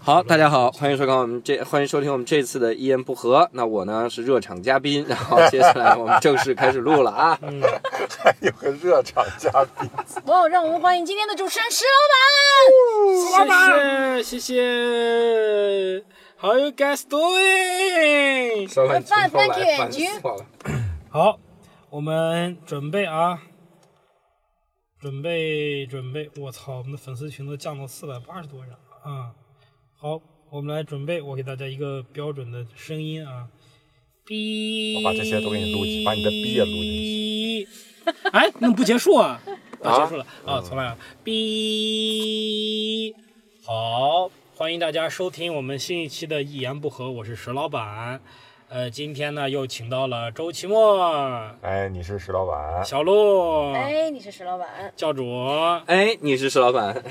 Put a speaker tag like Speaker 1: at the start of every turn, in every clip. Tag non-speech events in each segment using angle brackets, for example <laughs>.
Speaker 1: 好，大家好，欢迎收看我们这，欢迎收听我们这次的一言不合。那我呢是热场嘉宾，然 <laughs> 后接下来我们正式开始录了啊。
Speaker 2: 还 <laughs> 有个热场嘉宾，
Speaker 3: 哇，让我们欢迎今天的主持人石老板。
Speaker 4: 谢谢谢谢，How you guys doing？
Speaker 1: 老板，
Speaker 3: Thank
Speaker 1: 请过来
Speaker 3: you，
Speaker 1: 烦死我了。
Speaker 4: 好，我们准备啊，准备准备，我操，我们的粉丝群都降到四百八十多人了啊、好，我们来准备，我给大家一个标准的声音啊，哔，
Speaker 2: 我把这些都给你录进把你的哔也录进
Speaker 4: 去。 <laughs> 哎，那不结束啊？啊，结束了
Speaker 2: 嗯
Speaker 4: 啊，重来啊，哔。好，欢迎大家收听我们新一期的《一言不合》，我是石老板。呃，今天呢又请到了周奇墨、
Speaker 2: <laughs> 哎，你是石老板，
Speaker 4: 小鹿、
Speaker 3: 哎，你是石老板，
Speaker 4: 教主
Speaker 1: 哎，你是石老板，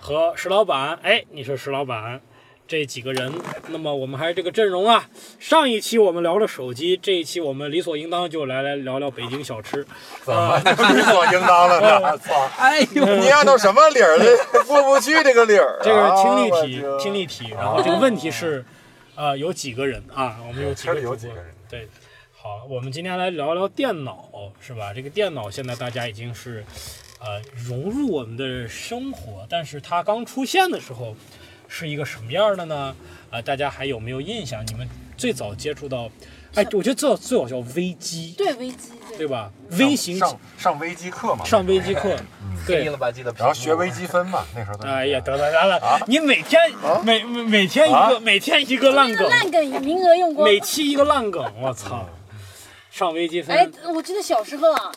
Speaker 4: 和石老板。哎，你是石老板，这几个人。那么我们还是这个阵容啊。上一期我们聊了手机，这一期我们理所应当就来来聊聊北京小吃。
Speaker 2: 怎 <laughs> 么就理所应当了
Speaker 4: <laughs>
Speaker 2: 呢？操！
Speaker 1: 哎呦，
Speaker 2: 你按照什么理儿的过不去这个理儿啊？
Speaker 4: 这个听力
Speaker 2: 我
Speaker 4: 题，
Speaker 2: 这
Speaker 4: 听力题。然后这个问题是，呃，有几个人啊？我们有几
Speaker 2: 圈
Speaker 4: 个
Speaker 2: 里有
Speaker 4: 主
Speaker 2: 几
Speaker 4: 播
Speaker 2: 个人？
Speaker 4: 对，好，我们今天来聊聊电脑，是吧？这个电脑现在大家已经是，呃，融入我们的生活，但是它刚出现的时候是一个什么样的呢？啊、大家还有没有印象？你们最早接触到，哎，我觉得最早最早叫微机，
Speaker 3: 对危机，
Speaker 4: 对
Speaker 3: 对
Speaker 4: 吧？微型
Speaker 2: 上上微机课嘛，
Speaker 4: 上微嗯机课，对。
Speaker 1: 哎吧唧的
Speaker 2: 然后学微积分嘛，那时候都是
Speaker 4: 哎呀，得了得了，你每天、每每每天一个、
Speaker 2: 啊
Speaker 4: 每天一个烂
Speaker 3: 那
Speaker 4: 梗
Speaker 3: 个，烂梗名额用光。
Speaker 4: 每期一个烂梗，嗯我操！上微积分，
Speaker 3: 哎，我记得小时候啊，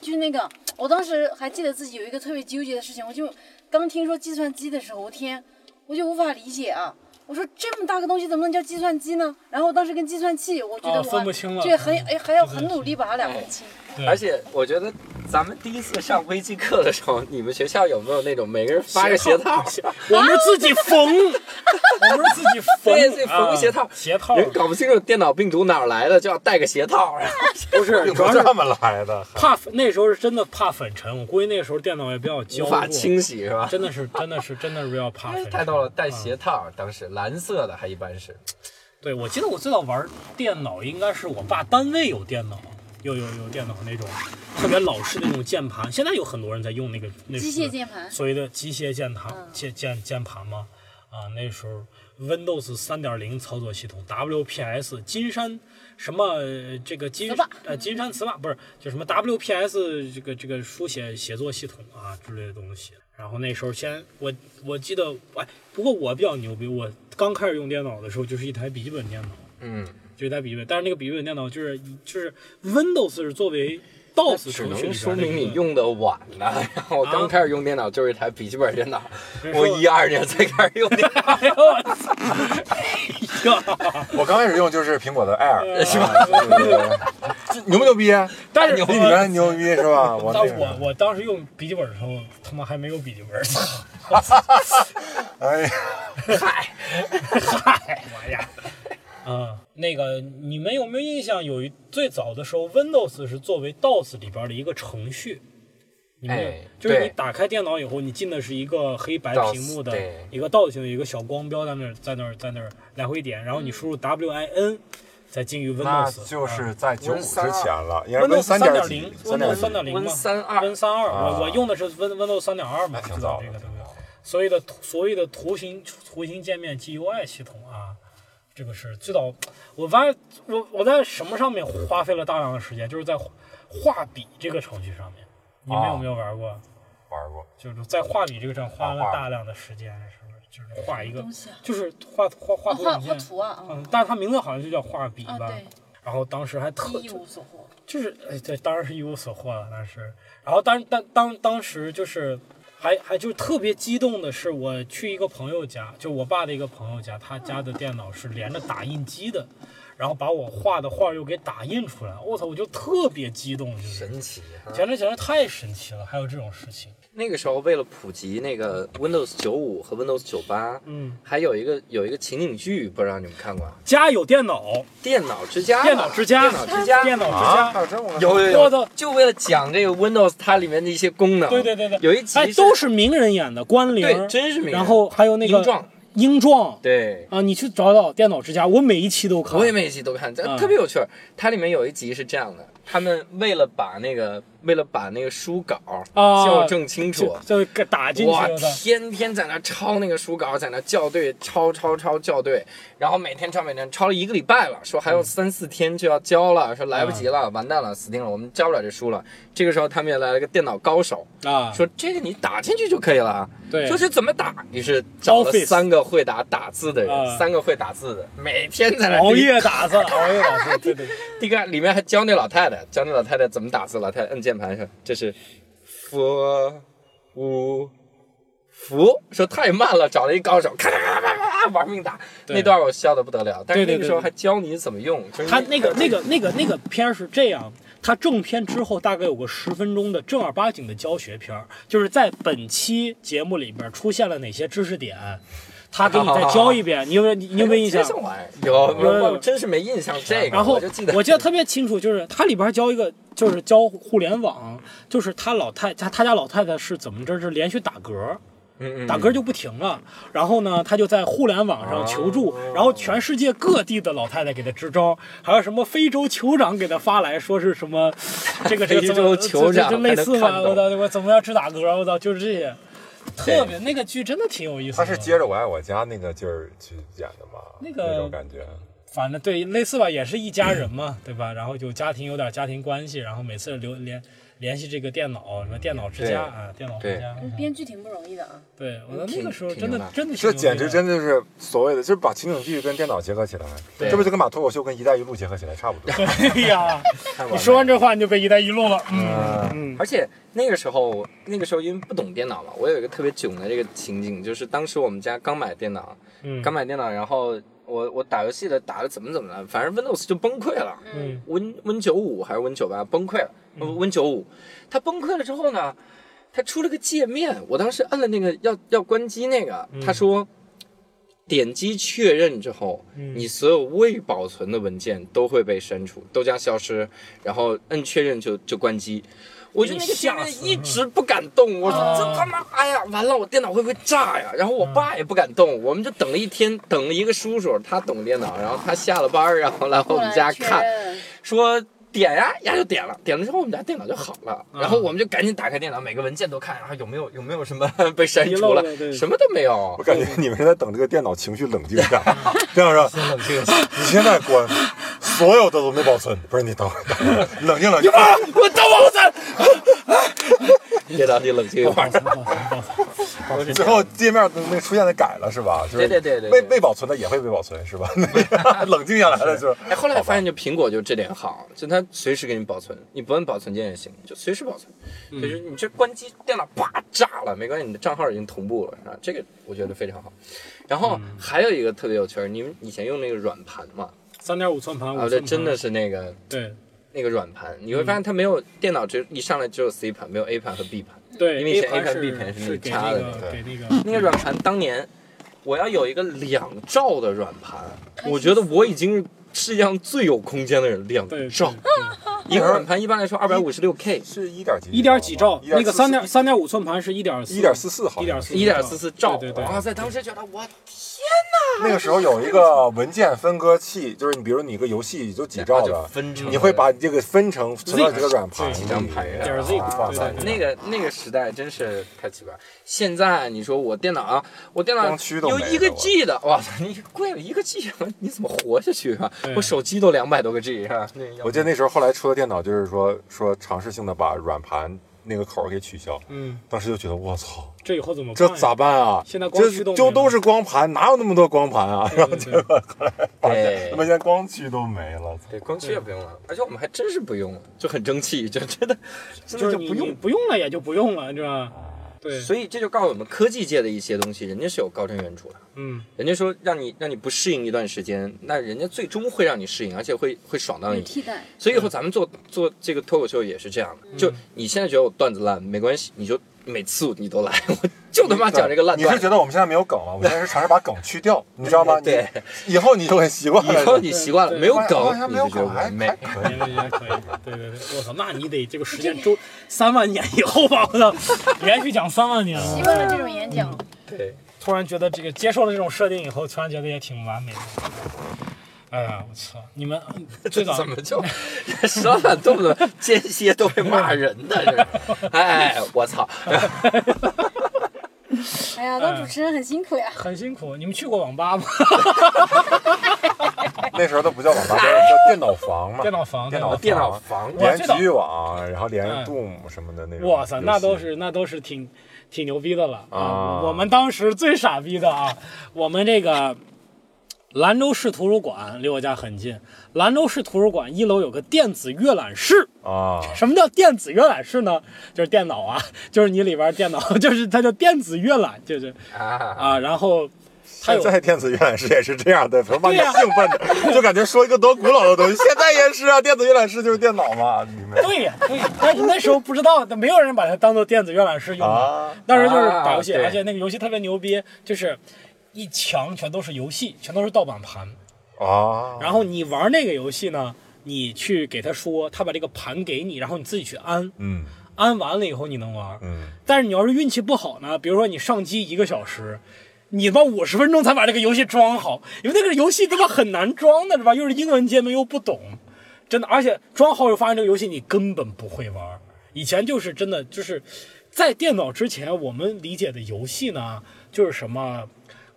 Speaker 3: 就就那个，我当时还记得自己有一个特别纠结的事情，我就刚听说计算机的时候，我天，我就无法理解啊。我说这么大个东西怎么能叫计算机呢？然后我当时跟计算器，我觉得
Speaker 4: 哦
Speaker 3: 我还、
Speaker 4: 分不清了
Speaker 3: 对，很哎还要很努力把它俩分清。
Speaker 4: 对
Speaker 1: 嗯而且我觉得咱们第一次上微机课的时候，你们学校有没有那种每个人发个鞋套？
Speaker 4: 我们是自己缝， <laughs> 我们是自己缝，
Speaker 1: 对自己缝
Speaker 4: 啊
Speaker 1: 鞋套
Speaker 4: 鞋套
Speaker 1: 人搞不清楚电脑病毒哪儿来的，就要带个鞋套。 <laughs> 然后
Speaker 4: 不是，
Speaker 2: 并
Speaker 4: 主
Speaker 2: 不
Speaker 4: 要
Speaker 2: 是
Speaker 4: 是
Speaker 2: 这么来的。
Speaker 4: 怕那时候是真的怕粉尘，我估计那时候电脑也比较
Speaker 1: 无
Speaker 4: 胶
Speaker 1: 法
Speaker 4: 弱，
Speaker 1: 清洗是吧？嗯
Speaker 4: 真的是真的是真的是要怕粉尘。
Speaker 1: 太逗了，带鞋套，当时蓝色的还一般是。
Speaker 4: 对，我记得我最早玩电脑应该是我爸单位有电脑，有有有电脑那种特别老式的那种键盘，现在有很多人在用那个那
Speaker 3: 机械键盘
Speaker 4: 所谓的机械键盘键键键盘嘛，啊，那时候 Windows 三点零操作系统 WPS 金山什么呃这个金
Speaker 3: 词霸
Speaker 4: 呃金山词霸不是就什么 WPS 这个这个书写写作系统啊之类的东西。然后那时候先我我记得哎，不过我比较牛逼，我刚开始用电脑的时候就是一台笔记本电脑，
Speaker 1: 嗯，
Speaker 4: 就一台笔记本，但是那个笔记本电脑就是就是 Windows 是作为 DOS
Speaker 1: 只
Speaker 4: 程序
Speaker 1: 能
Speaker 4: 里边的一个啊
Speaker 1: 说明你用的晚
Speaker 4: <laughs>
Speaker 1: 呢。然后我刚开始用电脑就是一台笔记本电脑，
Speaker 4: 人说
Speaker 1: 我一二年才开始用电
Speaker 4: <laughs>
Speaker 1: 脑。
Speaker 4: 哎呦我操！
Speaker 2: <laughs>
Speaker 4: 哎呀，
Speaker 2: 我刚开始用就是苹果的 Air，
Speaker 4: 是
Speaker 2: 吧？这牛不牛逼？
Speaker 4: 哎但是
Speaker 2: 比你们牛逼是吧？哎我啊
Speaker 4: 但
Speaker 2: 那
Speaker 4: 我
Speaker 2: 个，
Speaker 4: 我当时用笔记本的时候，他妈还没有笔记本。操！
Speaker 2: 哎呀，
Speaker 4: 嗨，我呀，啊，那个你们有没有印象？有一最早的时候，Windows 是作为 DOS 里边的一个程序。你们有
Speaker 1: 哎
Speaker 4: 就是
Speaker 1: 对
Speaker 4: 你打开电脑以后，你进的是一个黑白
Speaker 1: DOS
Speaker 4: 屏幕的
Speaker 1: 对
Speaker 4: 一个 DOS 型的一个小光标在那儿在那儿在那儿来回点，然后你输入 WIN，再进入 Windows，
Speaker 2: 那
Speaker 4: 啊
Speaker 2: 就是在九五之
Speaker 1: 啊
Speaker 2: 前了，应该是
Speaker 4: Windows
Speaker 2: 三
Speaker 4: 点
Speaker 2: 点
Speaker 4: 零
Speaker 2: 几，三
Speaker 4: ，Windows
Speaker 2: 点
Speaker 4: 三
Speaker 2: 几，
Speaker 4: 点零
Speaker 1: Win
Speaker 4: 嘛
Speaker 1: 三二，
Speaker 4: ，Win 三二，
Speaker 2: 啊
Speaker 4: 我我用的是 Win Windows 三点二嘛，
Speaker 2: 挺
Speaker 4: 最
Speaker 2: 早
Speaker 4: 早
Speaker 2: 的
Speaker 4: 这个对
Speaker 2: 挺
Speaker 4: 不对
Speaker 2: 早的？
Speaker 4: 所谓的图所谓的图形图形界面 GUI 系统啊，这个是最早我发现我我在什么上面花费了大量的时间，就是在画笔这个程序上面，你们
Speaker 2: 啊
Speaker 4: 有没有玩过？
Speaker 2: 玩过。
Speaker 4: 就是在画笔这个上
Speaker 2: 画
Speaker 4: 花了大量的时间，是不是？就是画一个
Speaker 3: 东西啊，
Speaker 4: 就是画画画
Speaker 3: 哦，
Speaker 4: 图
Speaker 3: 画
Speaker 4: 软
Speaker 3: 画
Speaker 4: 件，
Speaker 3: 图啊，啊、
Speaker 4: 嗯，但是它名字好像就叫画笔
Speaker 3: 啊
Speaker 4: 吧。
Speaker 3: 对，
Speaker 4: 然后当时还特
Speaker 3: 一无所获。
Speaker 4: 就是哎，对，当然是一无所获了，当时。然后当当当当时就是还还就是特别激动的是，我去一个朋友家，就我爸的一个朋友家，他家的电脑是连着打印机的，然后把我画的画又给打印出来，我操，我就特别激动，就是
Speaker 1: 神奇啊！
Speaker 4: 简直简直太神奇了，还有这种事情，
Speaker 1: <laughs> 那个时候为了普及那个 Windows 九五和 Windows 九八，
Speaker 4: 嗯，
Speaker 1: 还有一个有一个情景剧，不知道你们看过啊？
Speaker 4: 家有电脑，
Speaker 1: 电脑之家吧，
Speaker 4: 电脑之家，
Speaker 1: 电脑之家，
Speaker 4: 电脑之
Speaker 2: 啊，还有
Speaker 4: 家，
Speaker 2: 这种
Speaker 1: 有有
Speaker 4: 我
Speaker 1: 有
Speaker 4: 操，
Speaker 1: 就为了讲这个 Windows 它里面的一些功能。
Speaker 4: 对对对对，
Speaker 1: 有一集
Speaker 4: 哎，都是名人演的，关凌，
Speaker 1: 对，真是名人
Speaker 4: 然后还有那个
Speaker 1: 英壮，
Speaker 4: 英壮
Speaker 1: 对，
Speaker 4: 啊，你去找找电脑之家，我每一期都看。
Speaker 1: 我也每一集都看，这
Speaker 4: 嗯
Speaker 1: 特别有趣儿。它里面有一集是这样的，他们为了把那个为了把那个书稿
Speaker 4: 啊
Speaker 1: 校正清楚
Speaker 4: 就，就给打进去
Speaker 1: 哇
Speaker 4: 了，
Speaker 1: 天天在那抄那个书稿，在那校对，抄抄抄校对，然后每天抄每天抄了一个礼拜了，说还有三四天就要交了，说来不及了，完蛋了，死定了，我们交不了这书了。这个时候他们也来了个电脑高手，
Speaker 4: 啊，
Speaker 1: 说这个你打进去就可以了啊。
Speaker 4: 对，
Speaker 1: 说这怎么打？于是找了
Speaker 4: Office
Speaker 1: 三个会打打字的
Speaker 4: 啊
Speaker 1: 人，三个会打字的，每天在那
Speaker 4: 熬
Speaker 1: 盯
Speaker 4: 夜打字， <laughs> 熬夜打字，对对对，
Speaker 1: <laughs> 第一个里面还教那老太太，教那老太太怎么打字。老太太摁键盘说：“这是佛五福。”说太慢了，找了一高手，咔咔咔咔咔咔玩命打。
Speaker 4: 对
Speaker 1: 那段我笑的不得了，但是
Speaker 4: 对对
Speaker 1: 那个
Speaker 4: 对
Speaker 1: 时候
Speaker 4: 对
Speaker 1: 还教你怎么用。就是
Speaker 4: 他那个那个那个那个片儿是这样，他正片之后大概有个十分钟的正儿八经的教学片儿，就是在本期节目里边出现了哪些知识点，他给你再教一遍，你有没有你你有没有印象啊
Speaker 1: 这？种玩意儿有，我我真是没印象这个，
Speaker 4: 然后
Speaker 1: 我就记得
Speaker 4: 我记得特别清楚，就是它里边教一个，就是教互联网，就是他老太他他家老太太是怎么着是连续打嗝，
Speaker 1: 嗯嗯
Speaker 4: 打嗝就不停了。然后呢，他就在互联网上求
Speaker 1: 哦
Speaker 4: 助，然后全世界各地的老太太给他支招，还有什么非洲酋长给他发来说是什么，
Speaker 1: <laughs>
Speaker 4: 这个这个
Speaker 1: 非洲
Speaker 4: 怎么
Speaker 1: 酋长
Speaker 4: 就就类似吧，
Speaker 1: 还能看
Speaker 4: 我
Speaker 1: 懂
Speaker 4: 操，我怎么要治打嗝，我操，就是这些，特
Speaker 1: 对
Speaker 4: 别那个剧真的挺有意思
Speaker 2: 他
Speaker 4: 的。
Speaker 2: 是接着《我爱我家》那个劲儿去演的嘛，
Speaker 4: 那个
Speaker 2: 种感觉。
Speaker 4: 反正对类似吧，也是一家人嘛，对吧？然后就家庭有点家庭关系，然后每次留联联系这个电脑，什么电脑之家
Speaker 1: 对
Speaker 4: 啊，电脑之家。
Speaker 3: 编剧挺不容易的啊。
Speaker 4: 对，我的那
Speaker 1: 挺
Speaker 4: 个时候
Speaker 1: 挺
Speaker 4: 真的
Speaker 1: 牛的
Speaker 4: 真的是
Speaker 2: 这简直
Speaker 4: 牛逼的
Speaker 2: 真的是所谓的，就是把情景剧跟电脑结合起来，
Speaker 1: 对
Speaker 2: 这不就跟把脱口秀跟“一带一路”结合起来差不多？
Speaker 4: 对呀！
Speaker 1: 看
Speaker 4: 你
Speaker 1: 完
Speaker 4: 说
Speaker 1: 了
Speaker 4: 完这话你就被“一带一路”了，嗯，
Speaker 2: 嗯，
Speaker 1: 而且那个时候，那个时候因为不懂电脑嘛，我有一个特别囧的这个情景，就是当时我们家刚买电脑，
Speaker 4: 嗯
Speaker 1: 刚买电脑，然后我我打游戏的打的怎么怎么了，反正 Windows 就崩溃了
Speaker 4: 嗯
Speaker 1: ，Win Win 九五还是 Win 九八崩溃了、w i n 九五，它崩溃了之后呢，它出了个界面，我当时按了那个要要关机那个，他说。点击确认之后，你所有未保存的文件都会被删除，都将消失。然后摁确认就就关机。我就那个界面一直不敢动，我说这他妈哎呀，完了，我电脑会不会炸呀？然后我爸也不敢动，我们就等了一天，等了一个叔叔，他懂电脑，然后他下了班儿，然后来我
Speaker 3: 后
Speaker 1: 们
Speaker 3: 来
Speaker 1: 家
Speaker 3: 确
Speaker 1: 看，
Speaker 3: 认
Speaker 1: 说点呀、呀就点了，点了之后我们家电脑就好
Speaker 4: 啊
Speaker 1: 了，然后我们就赶紧打开电脑，每个文件都看，然后有没有有没有什么 <laughs> 被删
Speaker 4: 遗
Speaker 1: 除
Speaker 4: 漏
Speaker 1: 了
Speaker 4: 的对，
Speaker 1: 什么都没有
Speaker 2: 我。感觉你们是在等这个电脑情绪冷静一下，
Speaker 4: <laughs>
Speaker 2: 这样说，
Speaker 1: 冷静，
Speaker 2: <laughs> 你现在关，所有的都没保存，不是你等会儿，等会儿冷静冷静。
Speaker 4: 啊
Speaker 1: 我当王三，别着急，冷 <laughs> 静一会儿。
Speaker 2: 最后界面那个出现的改了是吧？就是
Speaker 1: 对对对对对
Speaker 2: 未未保存的也会被保存
Speaker 4: <laughs>
Speaker 2: 是吧？冷静下来了就是。
Speaker 1: 哎，后来发现就苹果就这点好，就它随时给你保存，你不按保存键也行，就随时保存。
Speaker 4: 嗯
Speaker 1: 就是你这关机，电脑啪炸了，没关系，你的账号已经同步了，啊，这个我觉得非常好。然后
Speaker 4: 嗯
Speaker 1: 还有一个特别有趣儿，你们以前用那个软盘嘛？
Speaker 4: 三点五寸盘，
Speaker 1: 啊，
Speaker 4: 五
Speaker 1: 这
Speaker 4: 寸
Speaker 1: 真的
Speaker 4: 盘
Speaker 1: 是那个
Speaker 4: 对
Speaker 1: 那个软盘，你会发现它没有电脑只一上来只有 C 盘，没有 A 盘和 B 盘。
Speaker 4: 对，
Speaker 1: 因为以前 A
Speaker 4: A 盘
Speaker 1: 盘
Speaker 4: 是
Speaker 1: B 盘是
Speaker 4: 是给
Speaker 1: 插
Speaker 4: 那
Speaker 1: 的
Speaker 4: 个
Speaker 2: 那个
Speaker 4: 给那个
Speaker 1: 那个软盘当年我要有一个两兆的软盘，
Speaker 3: 开
Speaker 1: 我
Speaker 3: 心
Speaker 1: 觉得
Speaker 3: 死
Speaker 1: 我已经是世界上最有空间的人，两
Speaker 4: 对
Speaker 1: 兆。一个软盘一般来说二百五十六 K，
Speaker 2: 是一点几
Speaker 4: 一点几兆，那个三点
Speaker 2: 三
Speaker 4: 三点五寸盘是一点
Speaker 2: 一点四四毫
Speaker 4: 一点四
Speaker 1: 一点四四兆，
Speaker 4: 对对对
Speaker 1: 哇塞！当时觉得我
Speaker 2: 那个时候有一个文件分割器，就是你比如你一个游戏就几兆
Speaker 1: 就
Speaker 2: 的，
Speaker 1: 分成
Speaker 2: 你会把这个分成存到这个软盘里，
Speaker 4: 对几
Speaker 1: 张盘
Speaker 4: 点 Z
Speaker 2: 哇塞
Speaker 4: 对对对
Speaker 1: 那个那个时代真是太奇怪。现在你说我电脑啊，我电脑
Speaker 2: 光驱都
Speaker 1: 有
Speaker 2: 没了
Speaker 1: 一个
Speaker 2: 我
Speaker 1: G 的，哇塞，你贵了一个 G，你 <laughs> 怎么活下去啊
Speaker 4: 对？
Speaker 1: 我手机都两百多个 G 啊！那要
Speaker 2: 我记得那时候后来出的电脑就是说说尝试性的把软盘那个口儿给取消，
Speaker 4: 嗯，
Speaker 2: 当时就觉得我操，
Speaker 4: 这以后怎么
Speaker 2: 这
Speaker 4: 办呀
Speaker 2: 咋办啊？
Speaker 4: 现在光驱
Speaker 2: 这
Speaker 4: 动
Speaker 2: 就
Speaker 4: 没
Speaker 2: 都
Speaker 4: 了
Speaker 2: 是光盘，哪有那么多光盘啊？ <laughs>
Speaker 4: 对对对
Speaker 1: 对
Speaker 2: 他妈现在光驱都没了，
Speaker 1: 对，光驱也不用了，而且我们还真是不用了，就很争气， <laughs> 就真的真
Speaker 4: 就
Speaker 1: 的就
Speaker 4: 是你
Speaker 1: 不
Speaker 4: 你
Speaker 1: 用。
Speaker 4: 不用了也就不用了，是吧？对，
Speaker 1: 所以这就告诉我们，科技界的一些东西，人家是有高瞻远瞩的。
Speaker 4: 嗯，
Speaker 1: 人家说让你让你不适应一段时间，那人家最终会让你适应，而且会会爽到
Speaker 3: 有
Speaker 1: 你。
Speaker 3: 替代，
Speaker 1: 所以以后咱们做做这个脱口秀也是这样的，就你现在觉得我段子烂没关系，你就每次你都来， <laughs> 我就他妈讲这个烂
Speaker 2: 你是
Speaker 1: 段。子。
Speaker 2: 觉得我们现在没有梗了？我们现在是尝试把梗去掉，你知道吗？
Speaker 1: 对
Speaker 2: 你，以后你就很习惯了。
Speaker 1: 以后你习惯了，
Speaker 4: 对
Speaker 1: 没有
Speaker 2: 我好
Speaker 1: 梗，
Speaker 2: 像
Speaker 1: 你
Speaker 2: 没有
Speaker 1: 就觉得
Speaker 2: 梗，还
Speaker 1: 完美
Speaker 2: 还。可以。
Speaker 4: 也也可以，对对对，我操，那你得这个时间周三万年以后吧，我操，连续讲三万年
Speaker 3: 习
Speaker 4: 了，
Speaker 3: 惯了这种演讲，
Speaker 1: 对，
Speaker 4: 突然觉得这个接受了这种设定以后，突然觉得也挺完美的。哎呀，我操！你们最早
Speaker 1: 怎么 <laughs> 就舌板动不动间歇都会骂人的？ <laughs> 这是，哎，我操！
Speaker 3: 哎呀，当主持人很辛苦呀。
Speaker 4: 很辛苦，你们去过网吧吗？
Speaker 2: 那时候都不叫网吧，叫叫电脑房嘛，
Speaker 4: 电脑房，
Speaker 2: 电
Speaker 4: 对吧
Speaker 2: 脑
Speaker 1: 电脑房
Speaker 4: 哇
Speaker 2: 连
Speaker 4: 这倒
Speaker 2: 局域网，然后连
Speaker 4: 嗯
Speaker 2: Doom 什么的那种游戏。
Speaker 4: 哇塞，那都是那都是挺挺牛逼的了
Speaker 2: 啊
Speaker 4: 我们当时最傻逼的啊，我们这个兰州市图书馆离我家很近，兰州市图书馆一楼有个电子阅览室。
Speaker 2: 啊，
Speaker 4: 什么叫电子阅览室呢？就是电脑啊，就是你里边电脑， <laughs> 就是它叫电子阅览，就是
Speaker 1: 啊，
Speaker 4: 啊，然后它
Speaker 2: 现
Speaker 4: 有
Speaker 2: 在电子阅览室也是这
Speaker 4: <laughs>
Speaker 2: 样的，他妈你
Speaker 4: 对呀
Speaker 2: 兴奋的，就感觉说一个多古老的东西。现在也是啊，电子阅览室就是电脑嘛，里面
Speaker 4: 对呀对呀，但是那时候不知道，没有人把它当做电子阅览室用的。
Speaker 2: 啊，
Speaker 4: 当时就是打游戏，
Speaker 1: 啊对
Speaker 4: 而且那个游戏特别牛逼，就是一墙全都是游戏，全都是盗版盘。
Speaker 1: 哦
Speaker 2: 啊，
Speaker 4: 然后你玩那个游戏呢，你去给他说，他把这个盘给你，然后你自己去安，
Speaker 2: 嗯
Speaker 4: 安完了以后你能玩。
Speaker 2: 嗯，
Speaker 4: 但是你要是运气不好呢，比如说你上机一个小时。你他妈五十分钟才把这个游戏装好，因为那个游戏他妈很难装的，是吧？又是英文界面又不懂，真的。而且装好以后发现这个游戏你根本不会玩。以前就是真的就是，在电脑之前我们理解的游戏呢，就是什么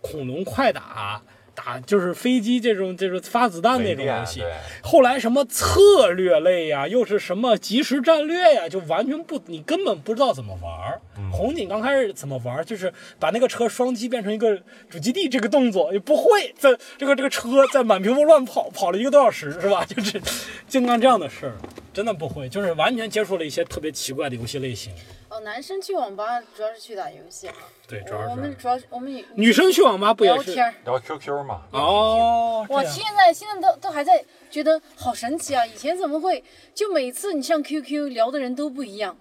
Speaker 4: 恐龙快打、打就是飞机这种这种发子弹那种游戏
Speaker 2: 雷电。
Speaker 4: 后来什么策略类呀、又是什么即时战略呀、就完全不，你根本不知道怎么玩儿。红警刚开始怎么玩儿，就是把那个车双击变成一个主基地这个动作，也不会在这个这个车在满屏幕乱跑，跑了一个多小时是吧？ <laughs> 就是净干这样的事儿，真的不会，就是完全接触了一些特别奇怪的游戏类型。
Speaker 3: 哦，男生去网吧主要是去打游戏啊，
Speaker 4: 对，主
Speaker 3: 我
Speaker 4: 要
Speaker 3: 们
Speaker 4: 是
Speaker 3: 主要是我们女
Speaker 4: 女生去网吧不也
Speaker 3: 聊
Speaker 4: 是
Speaker 3: 天儿。
Speaker 2: 然后 QQ 嘛，
Speaker 4: 哦？这
Speaker 3: 我
Speaker 4: 样
Speaker 3: 现在现在都都还在觉得好神奇啊！以前怎么会？就每次你上 QQ 聊的人都不一样，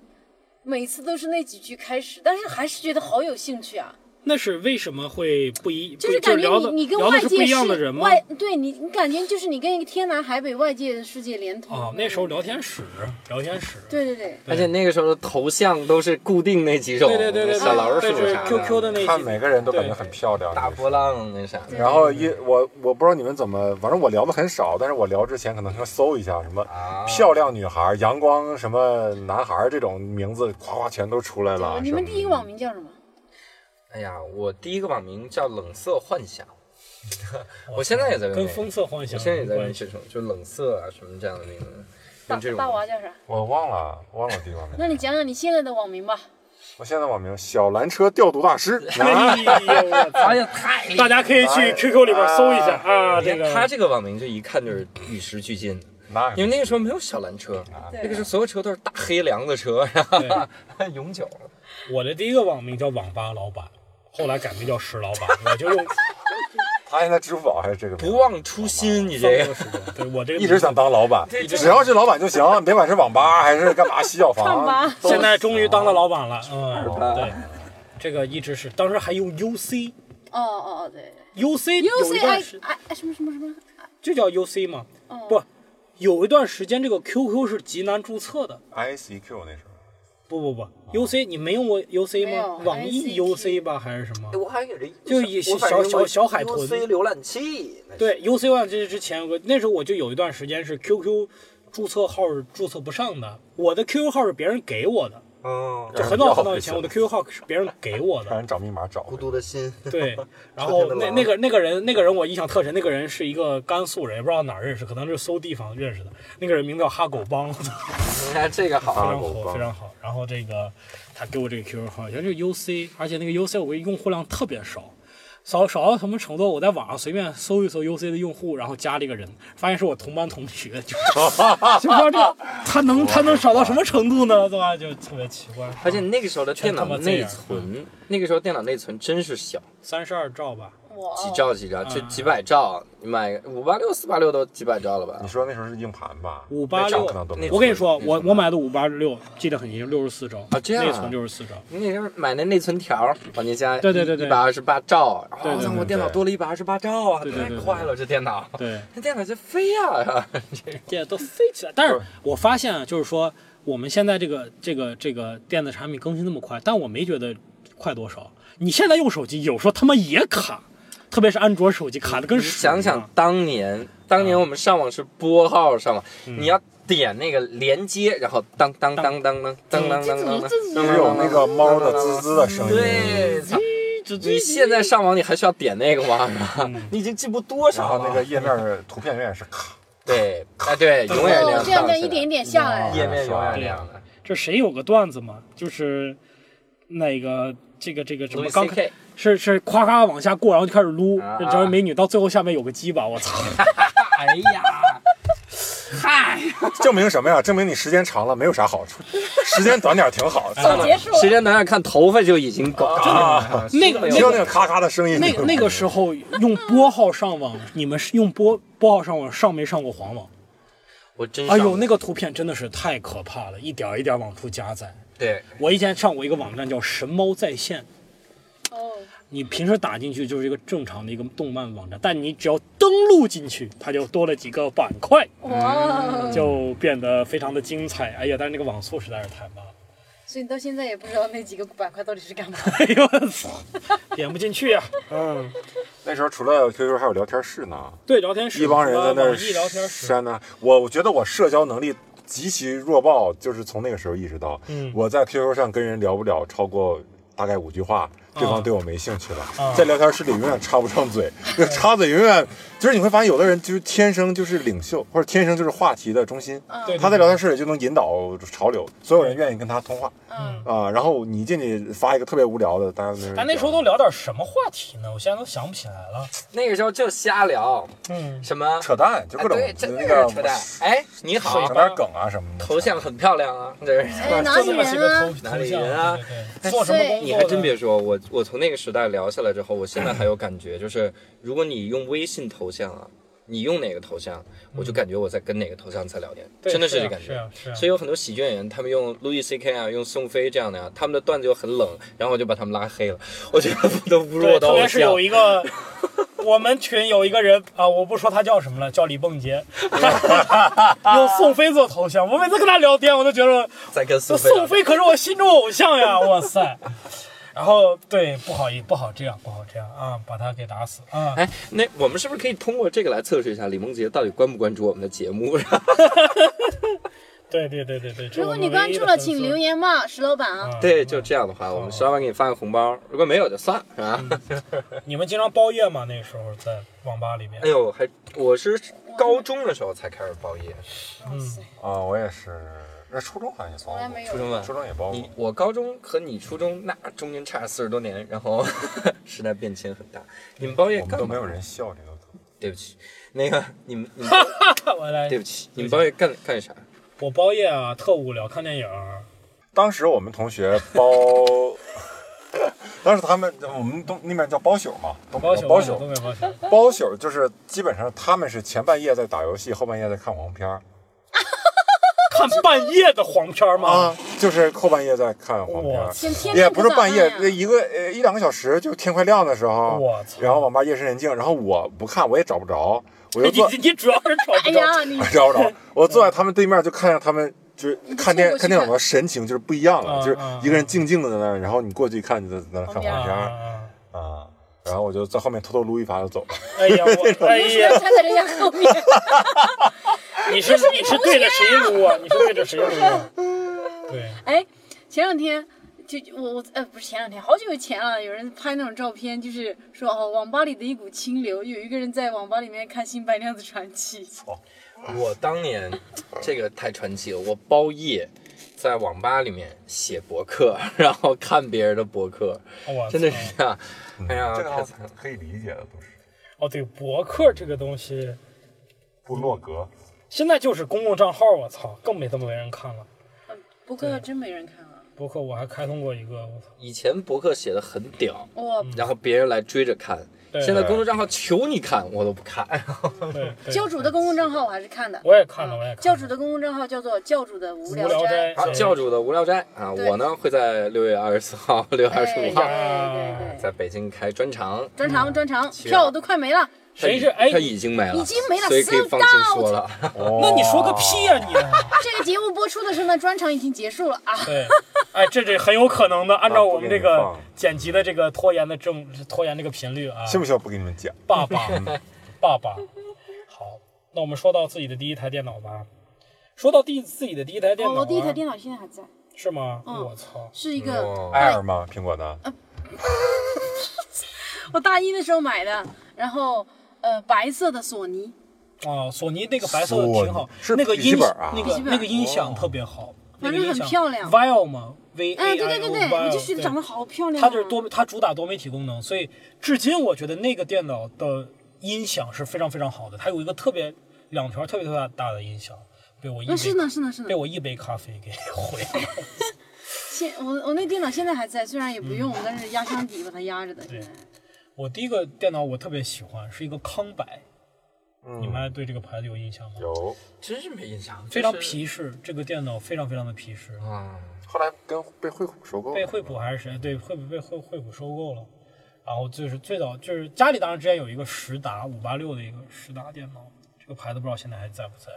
Speaker 3: 每次都是那几句开始，但是还是觉得好有兴趣啊！
Speaker 4: 那是为什么会不一？不
Speaker 3: 是感觉
Speaker 4: 聊的
Speaker 3: 你你跟
Speaker 4: 聊的
Speaker 3: 外
Speaker 4: 是不
Speaker 3: 界
Speaker 4: 一样的人吗？
Speaker 3: 外对你你感觉就是你跟一个天南海北外界的世界连通。
Speaker 4: 哦，那时候聊天室，聊天室。
Speaker 3: 对对对，
Speaker 1: 而且那个时候的头像都是固定那几种，
Speaker 4: 对对对对，
Speaker 1: 小老
Speaker 4: 对
Speaker 1: 鼠
Speaker 4: 是
Speaker 1: 啥
Speaker 4: QQ 的那
Speaker 2: 看
Speaker 4: 几
Speaker 2: 每个人都感觉很漂亮。
Speaker 1: 大波浪那啥的
Speaker 2: 然后一我我不知道你们怎么，反正我聊的很少，但是我聊之前可能要搜一下什么
Speaker 1: 啊
Speaker 2: 漂亮女孩、阳光什么男孩这种名字，夸夸全都出来了。
Speaker 3: 你们
Speaker 2: 什么
Speaker 3: 第一个网名叫什么？
Speaker 1: 哎呀，我第一个网名叫冷色幻想，我现在也在用那
Speaker 4: 跟
Speaker 1: 个，
Speaker 4: 风色幻
Speaker 1: 我
Speaker 4: 想
Speaker 1: 现在
Speaker 4: 有
Speaker 1: 也在用 <laughs>
Speaker 4: 关系。
Speaker 1: 这种，就冷色啊什么这样的那个，
Speaker 3: 大
Speaker 1: 用这种
Speaker 3: 大娃叫啥？
Speaker 2: 我忘了，忘了第一个网名。
Speaker 3: 那你讲讲你现在的网名吧。
Speaker 2: 我现在网名小蓝车调度大师。啊
Speaker 4: <laughs> 哎呦我操！
Speaker 1: 哎呀，太厉害了
Speaker 4: 大家可以去 QQ 里边搜一下啊，这个
Speaker 1: 他这个网名就一看就是与时俱进的，啊
Speaker 2: 那
Speaker 1: 因为那个时候没有小蓝车，那个时候所有车都是大黑梁子车，然后 <laughs> 永久了。
Speaker 4: 我的第一个网名叫网吧老板，后来改名叫石老板，我就用
Speaker 2: 他现在支付宝还是这个名字
Speaker 1: 不忘初心，你这
Speaker 4: 这
Speaker 1: 个
Speaker 4: 个时间，对我这个
Speaker 2: 一直想当老板，只要是老板就行，别管是网吧还是干嘛洗
Speaker 4: <laughs>
Speaker 2: 脚
Speaker 3: 看
Speaker 2: 房
Speaker 3: 吧。
Speaker 4: 现在终于当了老板了，嗯，对，这个一直是，当时还用 UC。
Speaker 3: 哦哦哦，对
Speaker 4: UC 有一段时
Speaker 3: ，UC I I 哎什么什么什么？
Speaker 4: 就叫 UC 嘛，
Speaker 3: 哦
Speaker 4: 不，有一段时间这个 QQ 是极难注册的，
Speaker 2: ICQ 那时候
Speaker 4: 不不不，UC 你没用过 UC
Speaker 3: 没
Speaker 4: 吗
Speaker 3: 有？
Speaker 4: 网易
Speaker 3: ICQ
Speaker 4: UC 吧还是什么？
Speaker 1: 哎我还有这
Speaker 4: 就是一小小小小海豚
Speaker 1: UC 浏览器，那是
Speaker 4: 对，UC One 这之前有个，那时候我就有一段时间是 QQ 注册号是注册不上的，我的 QQ 号是别人给我的，
Speaker 1: 嗯，
Speaker 4: 就很早很早以前我的 QQ 号是别人给我
Speaker 2: 让
Speaker 4: 的。
Speaker 2: 人找密码找
Speaker 1: 孤独的 <laughs> 心，
Speaker 4: 对，然
Speaker 1: 春
Speaker 4: 后
Speaker 1: 天的
Speaker 4: 那
Speaker 1: 狼
Speaker 4: 那个那个人那个人我印象特深，那个人是一个甘肃人，也不知道哪儿认识，可能是搜地方认识的。那个人名叫哈狗帮，
Speaker 1: 你看哎这个好，
Speaker 4: 非
Speaker 2: 啊
Speaker 4: 常
Speaker 2: 狗
Speaker 4: 好，
Speaker 2: 帮
Speaker 4: 非常好。然后这个他给我这个 QQ 号，原来是 UC，而且那个 UC 我用户量特别少，少少到什么程度？我在网上随便搜一搜 UC 的用户，然后加了一个人，发现是我同班同学，就是
Speaker 1: <laughs>
Speaker 4: 就不知道这个他能他能少到什么程度呢？对吧？就特别奇怪。
Speaker 1: 而且那个时候的电脑
Speaker 4: 全他妈这
Speaker 1: 内
Speaker 4: 样嗯
Speaker 1: 存，那个时候电脑内存真是小，
Speaker 4: 三十二兆吧，
Speaker 3: 哇
Speaker 1: 几
Speaker 3: 哦，
Speaker 1: 兆几兆，就
Speaker 4: 嗯
Speaker 1: 几百兆，你买个五八六、四八六都几百兆了吧
Speaker 2: 你？说那时候是硬盘吧？
Speaker 4: 586
Speaker 2: 那时候可能都没有
Speaker 4: 我跟你说，
Speaker 1: 那
Speaker 4: 我我买的五八六，记得很清，六十四兆
Speaker 1: 啊这样啊
Speaker 4: 内存六十四兆。
Speaker 1: 你那时候买那内存条，往你家
Speaker 4: 对对对对
Speaker 1: 一百二十八兆，啊
Speaker 4: 对对
Speaker 1: 我操，
Speaker 4: 对
Speaker 1: 我电脑多了一百二十八兆啊，
Speaker 4: 对对
Speaker 1: 太
Speaker 4: 对对
Speaker 1: 快了，这电脑， <laughs>
Speaker 4: 对，
Speaker 1: 这电脑就飞呀！
Speaker 4: 这都飞起来。但是我发现啊，就是说我们现在这个这个这个电子产品更新那么快，但我没觉得快多少。你现在用手机，有时候他妈也卡，特别是安卓手机卡的跟
Speaker 1: 你
Speaker 4: 屎一
Speaker 1: 想
Speaker 4: 样
Speaker 1: 想当年，当年我们上网是拨号上网，你要点那个连接，然后当当当当当当当当当当，
Speaker 2: 只有那个猫的滋滋的声音，
Speaker 1: 对，操！
Speaker 4: 这这
Speaker 1: 你现在上网你还需要点那个吗？ <laughs> 你已经进步多
Speaker 2: 然
Speaker 1: 少
Speaker 2: 后
Speaker 1: 了？
Speaker 2: 那个页面儿图片永远是卡。
Speaker 1: 对，啊对，永远那
Speaker 3: 哦
Speaker 1: 样，
Speaker 3: 这样
Speaker 1: 荡
Speaker 3: 这
Speaker 1: 起
Speaker 3: 样一
Speaker 1: 来嗯
Speaker 3: 点一点下来，
Speaker 1: 页面永远那样的。
Speaker 4: 这谁有个段子嘛？就是那个这个这个什么
Speaker 1: Louis
Speaker 4: 刚开
Speaker 1: CK
Speaker 4: 是是夸夸往下过，然后就开始撸，
Speaker 1: 啊
Speaker 4: 这这位美女到最后下面有个鸡巴，
Speaker 1: <laughs>
Speaker 4: 我操！
Speaker 1: 哎呀，嗨，
Speaker 2: 证明什么呀？证明你时间长了没有啥好处，时间短点儿挺好的。
Speaker 3: 早哦结束了
Speaker 1: <laughs> 时间短点看头发就已经够，
Speaker 2: 啊，
Speaker 4: <laughs> 那个
Speaker 2: 听
Speaker 4: 那
Speaker 2: 到
Speaker 4: 个
Speaker 2: 那个咔咔的声音，
Speaker 4: 那个那个时候用拨号上网，你们是用拨拨号上网上没上过黄网？
Speaker 1: 我真
Speaker 4: 哎呦，那
Speaker 1: 个
Speaker 4: 个图片真的是太可怕了，一点儿一点儿往出加载。
Speaker 1: 对，
Speaker 4: 我以前上过一个网站叫神猫在线，
Speaker 3: 哦，
Speaker 4: 你平时打进去就是一个正常的一个动漫网站，但你只要登录进去，它就多了几个板块，
Speaker 2: 嗯
Speaker 3: 哇，哦
Speaker 4: 就变得非常的精彩。哎呀，但是那个网速实在是太慢了，
Speaker 3: 所以你到现在也不知道那几个板块到底是干嘛。
Speaker 4: 哎呦我操，点不进去呀、嗯，
Speaker 2: 那时候除了 QQ 还有聊天室呢，
Speaker 4: 对，聊天室
Speaker 2: 一帮人在那
Speaker 4: 网
Speaker 2: 儿
Speaker 4: 易聊天室，
Speaker 2: 删呢。我我觉得我社交能力极其弱爆，就是从那个时候意识到，
Speaker 4: 嗯
Speaker 2: 我在 QQ 上跟人聊不了超过大概五句话。对方对我没兴趣了，
Speaker 4: 啊
Speaker 2: 在聊天室里永远插不上
Speaker 4: <laughs>
Speaker 2: 嘴，那插嘴永远就是你会发现，有的人就是天生就是领袖，或者天生就是话题的中心，
Speaker 1: 嗯
Speaker 4: 对
Speaker 2: 他在聊天室里就能引导潮流，所有人愿意跟他通话
Speaker 3: 嗯，
Speaker 2: 啊、然后你进去发一个特别无聊的，大家在
Speaker 4: 咱那时候都聊点什么话题呢？我现在都想不起来了。
Speaker 1: 那个时候就瞎聊，
Speaker 4: 嗯，
Speaker 1: 什么
Speaker 2: 扯淡，就
Speaker 1: 哎
Speaker 2: 各种、
Speaker 1: 对，真的
Speaker 2: 那个
Speaker 1: 是扯淡。哎，你好，
Speaker 2: 整点梗啊什么的。
Speaker 1: 头像很漂亮啊，这是。
Speaker 3: 哎，哪里
Speaker 4: 这么是
Speaker 3: 人
Speaker 4: 个
Speaker 3: 啊
Speaker 4: 头？
Speaker 1: 哪里
Speaker 4: 头像
Speaker 1: 人啊
Speaker 4: 对对哎对做什么工作的？
Speaker 1: 你还真别说，我我从那个时代聊下来之后，我现在还有感觉，就是如果你用微信头像啊，你用哪个头像，我就感觉我在跟哪个头像在聊天，
Speaker 4: 嗯对，
Speaker 1: 真的
Speaker 4: 是
Speaker 1: 这
Speaker 4: 啊
Speaker 1: 感
Speaker 4: 是
Speaker 1: 觉。
Speaker 4: 啊，是啊。
Speaker 1: 所以有很多喜剧演员，他们用 Louis C K 啊，用宋飞这样的啊，他们的段子又很冷，然后我就把他们拉黑了，我觉得不都侮辱
Speaker 4: 对，
Speaker 1: 我的
Speaker 4: 特
Speaker 1: 偶
Speaker 4: 别是
Speaker 1: 像
Speaker 4: 有。一个，我们群有一个人啊，我不说他叫什么了，叫李
Speaker 1: <laughs>
Speaker 4: 梦洁，用宋飞做头像。我每次跟他聊天，我都觉得
Speaker 1: 在跟宋
Speaker 4: 这
Speaker 1: 飞聊
Speaker 4: 宋飞可是我心中偶像呀，哇
Speaker 1: <laughs>
Speaker 4: 塞！然后对，不好意，不好这样，不好这样啊，把他给打死啊！
Speaker 1: 哎，那我们是不是可以通过这个来测试一下李梦洁到底关不关注我们的节目？ <laughs>
Speaker 4: 对对对对对，这
Speaker 3: 如果
Speaker 4: 我
Speaker 3: 你
Speaker 4: 们唯
Speaker 3: 关
Speaker 4: 一
Speaker 3: 注
Speaker 4: 的
Speaker 3: 了，
Speaker 4: 分
Speaker 3: 请
Speaker 4: 数
Speaker 3: 留言骂石老板啊。
Speaker 4: 啊
Speaker 1: 对，就这样的话，我们十万给你发个红包，如果没有就算了，是吧？
Speaker 4: 你们经常包夜吗？那时候在网吧里面
Speaker 1: <laughs> 哎，呦，还我是高中的时候才开始包夜，
Speaker 3: 哇塞，
Speaker 2: 啊、我也是，那初中好像也包
Speaker 3: 从来
Speaker 2: 过，
Speaker 3: 没
Speaker 1: 初中啊
Speaker 3: 有。
Speaker 1: 吧
Speaker 2: 初。中也包
Speaker 1: 你
Speaker 2: 过。
Speaker 1: 我高中和你初中那中间差四十多年，然后 <laughs> 时代变迁很大。你们包夜
Speaker 2: 我们
Speaker 1: 干
Speaker 2: 都
Speaker 1: 嘛
Speaker 2: 没有人笑这个梗。
Speaker 1: 对不起，那个你们 <laughs> 你们
Speaker 4: 我来
Speaker 1: 对，不起，你们包夜干干啥？
Speaker 4: 我包夜啊，特无聊，看电影儿。
Speaker 2: 当时我们同学包， <laughs> 当时他们我们东那边叫包宿嘛，东
Speaker 4: 包
Speaker 2: 北
Speaker 4: 宿
Speaker 2: 叫包
Speaker 4: 宿东
Speaker 2: 宿
Speaker 4: 北包宿，
Speaker 2: 包宿就是基本上他们是前半夜在打游戏，后半夜在看黄片儿
Speaker 4: 看半夜的黄片儿
Speaker 1: 啊
Speaker 4: 吗？，
Speaker 2: 就是后半夜在看黄片
Speaker 4: 哇
Speaker 2: 儿。
Speaker 3: 天天啊
Speaker 2: 也
Speaker 3: 都
Speaker 2: 不是
Speaker 3: 咋
Speaker 2: 半夜，
Speaker 3: 办
Speaker 2: 那
Speaker 3: 呀
Speaker 2: 一个呃一两个小时就天快亮的时候
Speaker 4: 我操，
Speaker 2: 然后网吧夜深人静，然后我不看我也找不着，我就
Speaker 4: 哎你
Speaker 2: 坐
Speaker 4: 你你主要是找
Speaker 3: 哎
Speaker 4: 不着。
Speaker 2: <laughs>
Speaker 3: 呀，你
Speaker 2: 找不着。我坐在他们对面，就看见他们就是看电
Speaker 3: <laughs> 你就凑过去
Speaker 2: 看电影的神情就是不一样了，
Speaker 4: 嗯
Speaker 2: 就是一个人静静的在那儿，然后你过去一看，你在在那儿看黄片
Speaker 4: 啊啊
Speaker 2: 儿
Speaker 4: 啊
Speaker 2: 啊。然后我就在后面偷偷撸一发就 <laughs> 走了。
Speaker 4: 哎呀，我哎
Speaker 3: 不要
Speaker 4: 呀，
Speaker 3: 站在人家后面，
Speaker 4: 你是你是对着谁撸啊？你是对着谁撸啊？对，
Speaker 3: 哎，前两天就我我呃不是前两天，好久以前了，有人拍那种照片，就是说哦，网吧里的一股清流，有一个人在网吧里面看《新白娘子传奇》，
Speaker 1: 我当年 <clears throat> 这个太传奇了，我包夜在网吧里面写博客， <laughs> 然后看别人的博客，
Speaker 4: 我
Speaker 1: 真的
Speaker 4: 操
Speaker 1: 是嗯这样。哎呀，太惨了。
Speaker 2: 可以理解的，都是
Speaker 4: 哦，对，博客这个东西
Speaker 2: 部落格。
Speaker 4: 现在就是公共账号，我操，更没他妈没人看了。
Speaker 3: 嗯不过还真没人看啊，
Speaker 4: 博客我还开通过一个，我操，
Speaker 1: 以前博客写的很屌，
Speaker 3: 哇，
Speaker 4: 嗯
Speaker 1: 然后别人来追着看。
Speaker 4: 对
Speaker 1: 现在公众账号求你看，我都不
Speaker 4: <laughs>
Speaker 1: 看。
Speaker 4: 对，对
Speaker 3: 教主的公共账号我还是看的，
Speaker 4: 我也看了，我也看了
Speaker 3: 教主的公共账号叫做教主的无
Speaker 4: 无聊
Speaker 3: 斋，
Speaker 4: 斋
Speaker 1: 好，教主的无聊斋啊，
Speaker 3: 对
Speaker 1: 我呢会在六月二十四号、六月
Speaker 3: 哎
Speaker 1: 二十五号
Speaker 3: 对对对对，
Speaker 1: 在北京开专场。
Speaker 4: 嗯
Speaker 3: 专场专场
Speaker 1: 行
Speaker 3: 票都快没了，
Speaker 1: 它
Speaker 4: 谁
Speaker 1: 已
Speaker 4: 是哎
Speaker 1: 它已经没了，
Speaker 3: 已经没了
Speaker 1: 所以可以放心说了。
Speaker 4: <laughs> 那你说个屁呀、你！啊
Speaker 2: <laughs>
Speaker 3: 这个节目播出的时候呢，专场已经结束了啊。
Speaker 4: 对，哎，这这很有可能的。按照我们这
Speaker 2: 啊不给
Speaker 4: 个
Speaker 2: 你放
Speaker 4: 剪辑的这个拖延的正拖延这个频率啊，
Speaker 2: 信不信我不跟你们讲？<laughs>
Speaker 4: 爸爸，爸爸。好，那我们说到自己的第一台电脑吧。说到第自己的第一台电
Speaker 3: 我
Speaker 4: 脑、
Speaker 3: 哦
Speaker 4: 啊
Speaker 3: 我第一台电脑现在还在，
Speaker 4: 是吗？
Speaker 3: 嗯
Speaker 4: 我操！
Speaker 3: 是一个
Speaker 2: 艾尔吗？苹果的？
Speaker 3: 我大一的时候买的，然后呃白色的索尼，
Speaker 4: 啊，索尼那个白色的
Speaker 2: 索尼
Speaker 4: 挺好，
Speaker 2: 是
Speaker 4: 那个
Speaker 2: 笔记
Speaker 4: 音
Speaker 2: 本啊
Speaker 4: 那
Speaker 3: 笔
Speaker 4: 个
Speaker 3: 记本
Speaker 4: 那个音响特别好，那
Speaker 3: 反
Speaker 4: 个
Speaker 3: 正
Speaker 4: 音
Speaker 3: 很
Speaker 4: 响
Speaker 3: 漂亮
Speaker 4: Vio 嘛，V A I O，
Speaker 3: 哎，对对对对，
Speaker 4: Vio，
Speaker 3: 我就觉得长得好漂亮啊。
Speaker 4: 它就是多，它主打多媒体功能，所以至今我觉得那个电脑的音响是非常非常好的，它有一个特别两条特别特别大的音响，被我一杯、
Speaker 3: 嗯，是呢是呢是呢
Speaker 4: 被。我一杯咖啡给毁了。
Speaker 3: 现我我那电脑现在还在，虽然也不用，但是压箱底把它压着的。现在
Speaker 4: 我第一个电脑我特别喜欢，是一个康柏，你们还对这个牌子有印象吗？
Speaker 2: 有。
Speaker 1: 真是没印象，
Speaker 4: 非常
Speaker 1: 就是
Speaker 4: 皮实，这个电脑非常非常的皮实，
Speaker 1: 啊。
Speaker 2: 后来跟被惠普收购了，
Speaker 4: 被惠普还是谁？对，惠普被惠惠普收购了。然后就是最早就是家里当然之前有一个实达五八六的一个实达电脑，这个牌子不知道现在还在不在。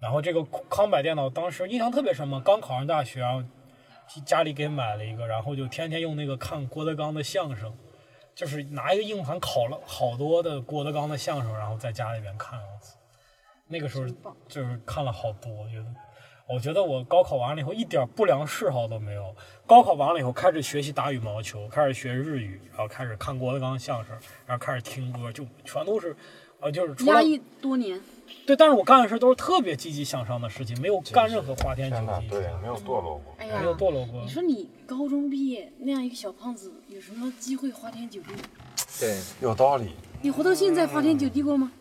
Speaker 4: 然后这个康柏电脑当时印象特别深嘛，刚考上大学，然后家里给买了一个，然后就天天用那个看郭德纲的相声，就是拿一个硬盘拷了好多的郭德纲的相声，然后在家里边看。我操那个时候就是看了好多，我觉得，我觉得我高考完了以后一点不良嗜好都没有。高考完了以后开始学习打羽毛球，开始学日语，然后开始看郭德纲相声，然后开始听歌，就全都是，呃，就是除了
Speaker 3: 压抑多年，
Speaker 4: 对，但是我干的事都是特别积极向上的事情，没有干任何花天酒
Speaker 2: 天哪
Speaker 4: 地，，
Speaker 2: 啊对，没有堕落过。
Speaker 3: 哎呀
Speaker 4: 没，有堕落过
Speaker 3: 你。说你高中毕业那样一个小胖子，有什么机会花天酒地？
Speaker 1: 对，
Speaker 2: 有道理，
Speaker 3: 你活到现在花天酒地过吗？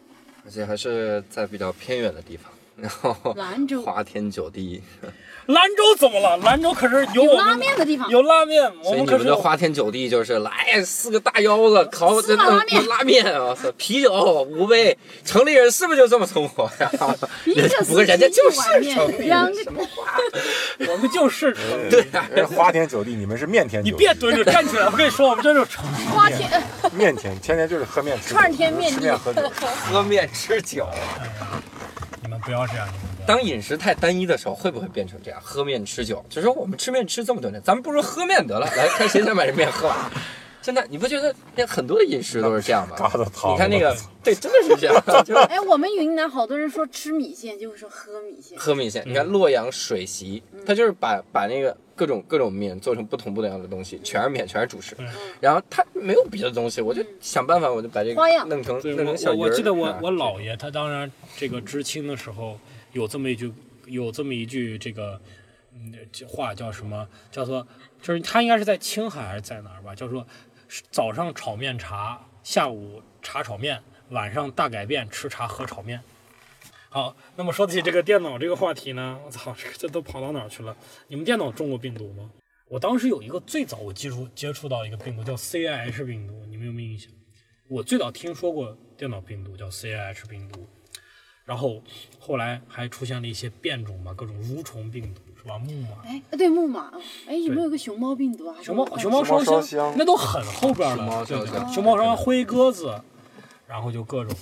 Speaker 1: 而且还是在比较偏远的地方，然后
Speaker 3: 兰州
Speaker 1: 花天酒地，
Speaker 4: 兰州怎么了？兰州可是有
Speaker 3: 有
Speaker 4: 我
Speaker 3: 拉
Speaker 4: 们
Speaker 3: 面的地方，
Speaker 4: 有拉面，我
Speaker 1: 所以
Speaker 4: 们
Speaker 1: 你
Speaker 4: 可
Speaker 1: 们
Speaker 4: 是
Speaker 1: 这
Speaker 4: 有
Speaker 1: 花天酒地就是来四个大腰子烤
Speaker 3: 四碗拉面
Speaker 1: 拉面啊，我操啤酒五杯，城里人是不是就这么生活呀？ <laughs>
Speaker 3: 一个
Speaker 1: 不过人家就是城里
Speaker 3: 两
Speaker 1: 人
Speaker 3: 个，
Speaker 1: 什么话？
Speaker 4: 我们就是城里
Speaker 1: 对呀、
Speaker 2: 人家花天酒地，你们是面天酒
Speaker 4: 你
Speaker 2: 地。
Speaker 4: 别蹲着站起来，我跟你说，我们这就是城市。
Speaker 3: 花天呃
Speaker 2: 面天，天天就是喝面吃酒
Speaker 3: 串天面
Speaker 2: 吃
Speaker 3: 地
Speaker 2: 面喝酒。
Speaker 1: 喝面吃酒。
Speaker 4: 你们不要这样，你们不要
Speaker 1: 当饮食太单一的时候，会不会变成这样？喝面吃酒，就说我们吃面吃这么多年，咱们不如喝面得了。来，看谁想把这面喝完。真的，你不觉得那很多的饮食都是这样吗？
Speaker 2: 嘎子汤
Speaker 1: 你看那个，对，真的是这样， <laughs> 就是
Speaker 3: 哎，我们云南好多人说吃米线，就会说喝米线。
Speaker 1: 喝米线。
Speaker 4: 嗯
Speaker 1: 你看洛阳水席，
Speaker 3: 嗯
Speaker 1: 它就是把把那个各种各种面做成不同不同样的东西，全是面，全是主食。
Speaker 4: 嗯
Speaker 1: 然后它没有别的东西，我就想办法，我就把这个
Speaker 3: 嗯花样
Speaker 1: 弄成
Speaker 4: 对
Speaker 1: 弄成
Speaker 4: 我
Speaker 1: 小
Speaker 4: 我
Speaker 1: 鱼
Speaker 4: 我
Speaker 1: 儿
Speaker 4: 记得我
Speaker 1: 啊
Speaker 4: 我姥爷他当然这个知青的时候有这么一句有这么一句这个嗯这话叫什么叫做就是他应该是在青海还是在哪儿吧叫做是早上炒面茶，下午茶炒面，晚上大改变吃茶喝炒面。好，那么说起这个电脑这个话题呢，我操，这这都跑到哪儿去了？你们电脑中过病毒吗？我当时有一个最早我接触接触到一个病毒叫 CIH 病毒，你们有没有印象？我最早听说过电脑病毒叫 CIH 病毒，然后后来还出现了一些变种嘛，各种蠕虫病毒是吧？木马、
Speaker 3: 哎，对木马，哎，有没有个熊猫病毒啊？还是
Speaker 4: 熊猫、
Speaker 3: 武汉
Speaker 4: 熊猫
Speaker 2: 哦熊猫烧
Speaker 4: 烧
Speaker 2: 香
Speaker 4: 那都很后边
Speaker 1: 熊猫
Speaker 4: 了，对
Speaker 1: 烧
Speaker 4: 对
Speaker 1: 香
Speaker 4: 对，熊猫烧香、灰鸽子，然后就各种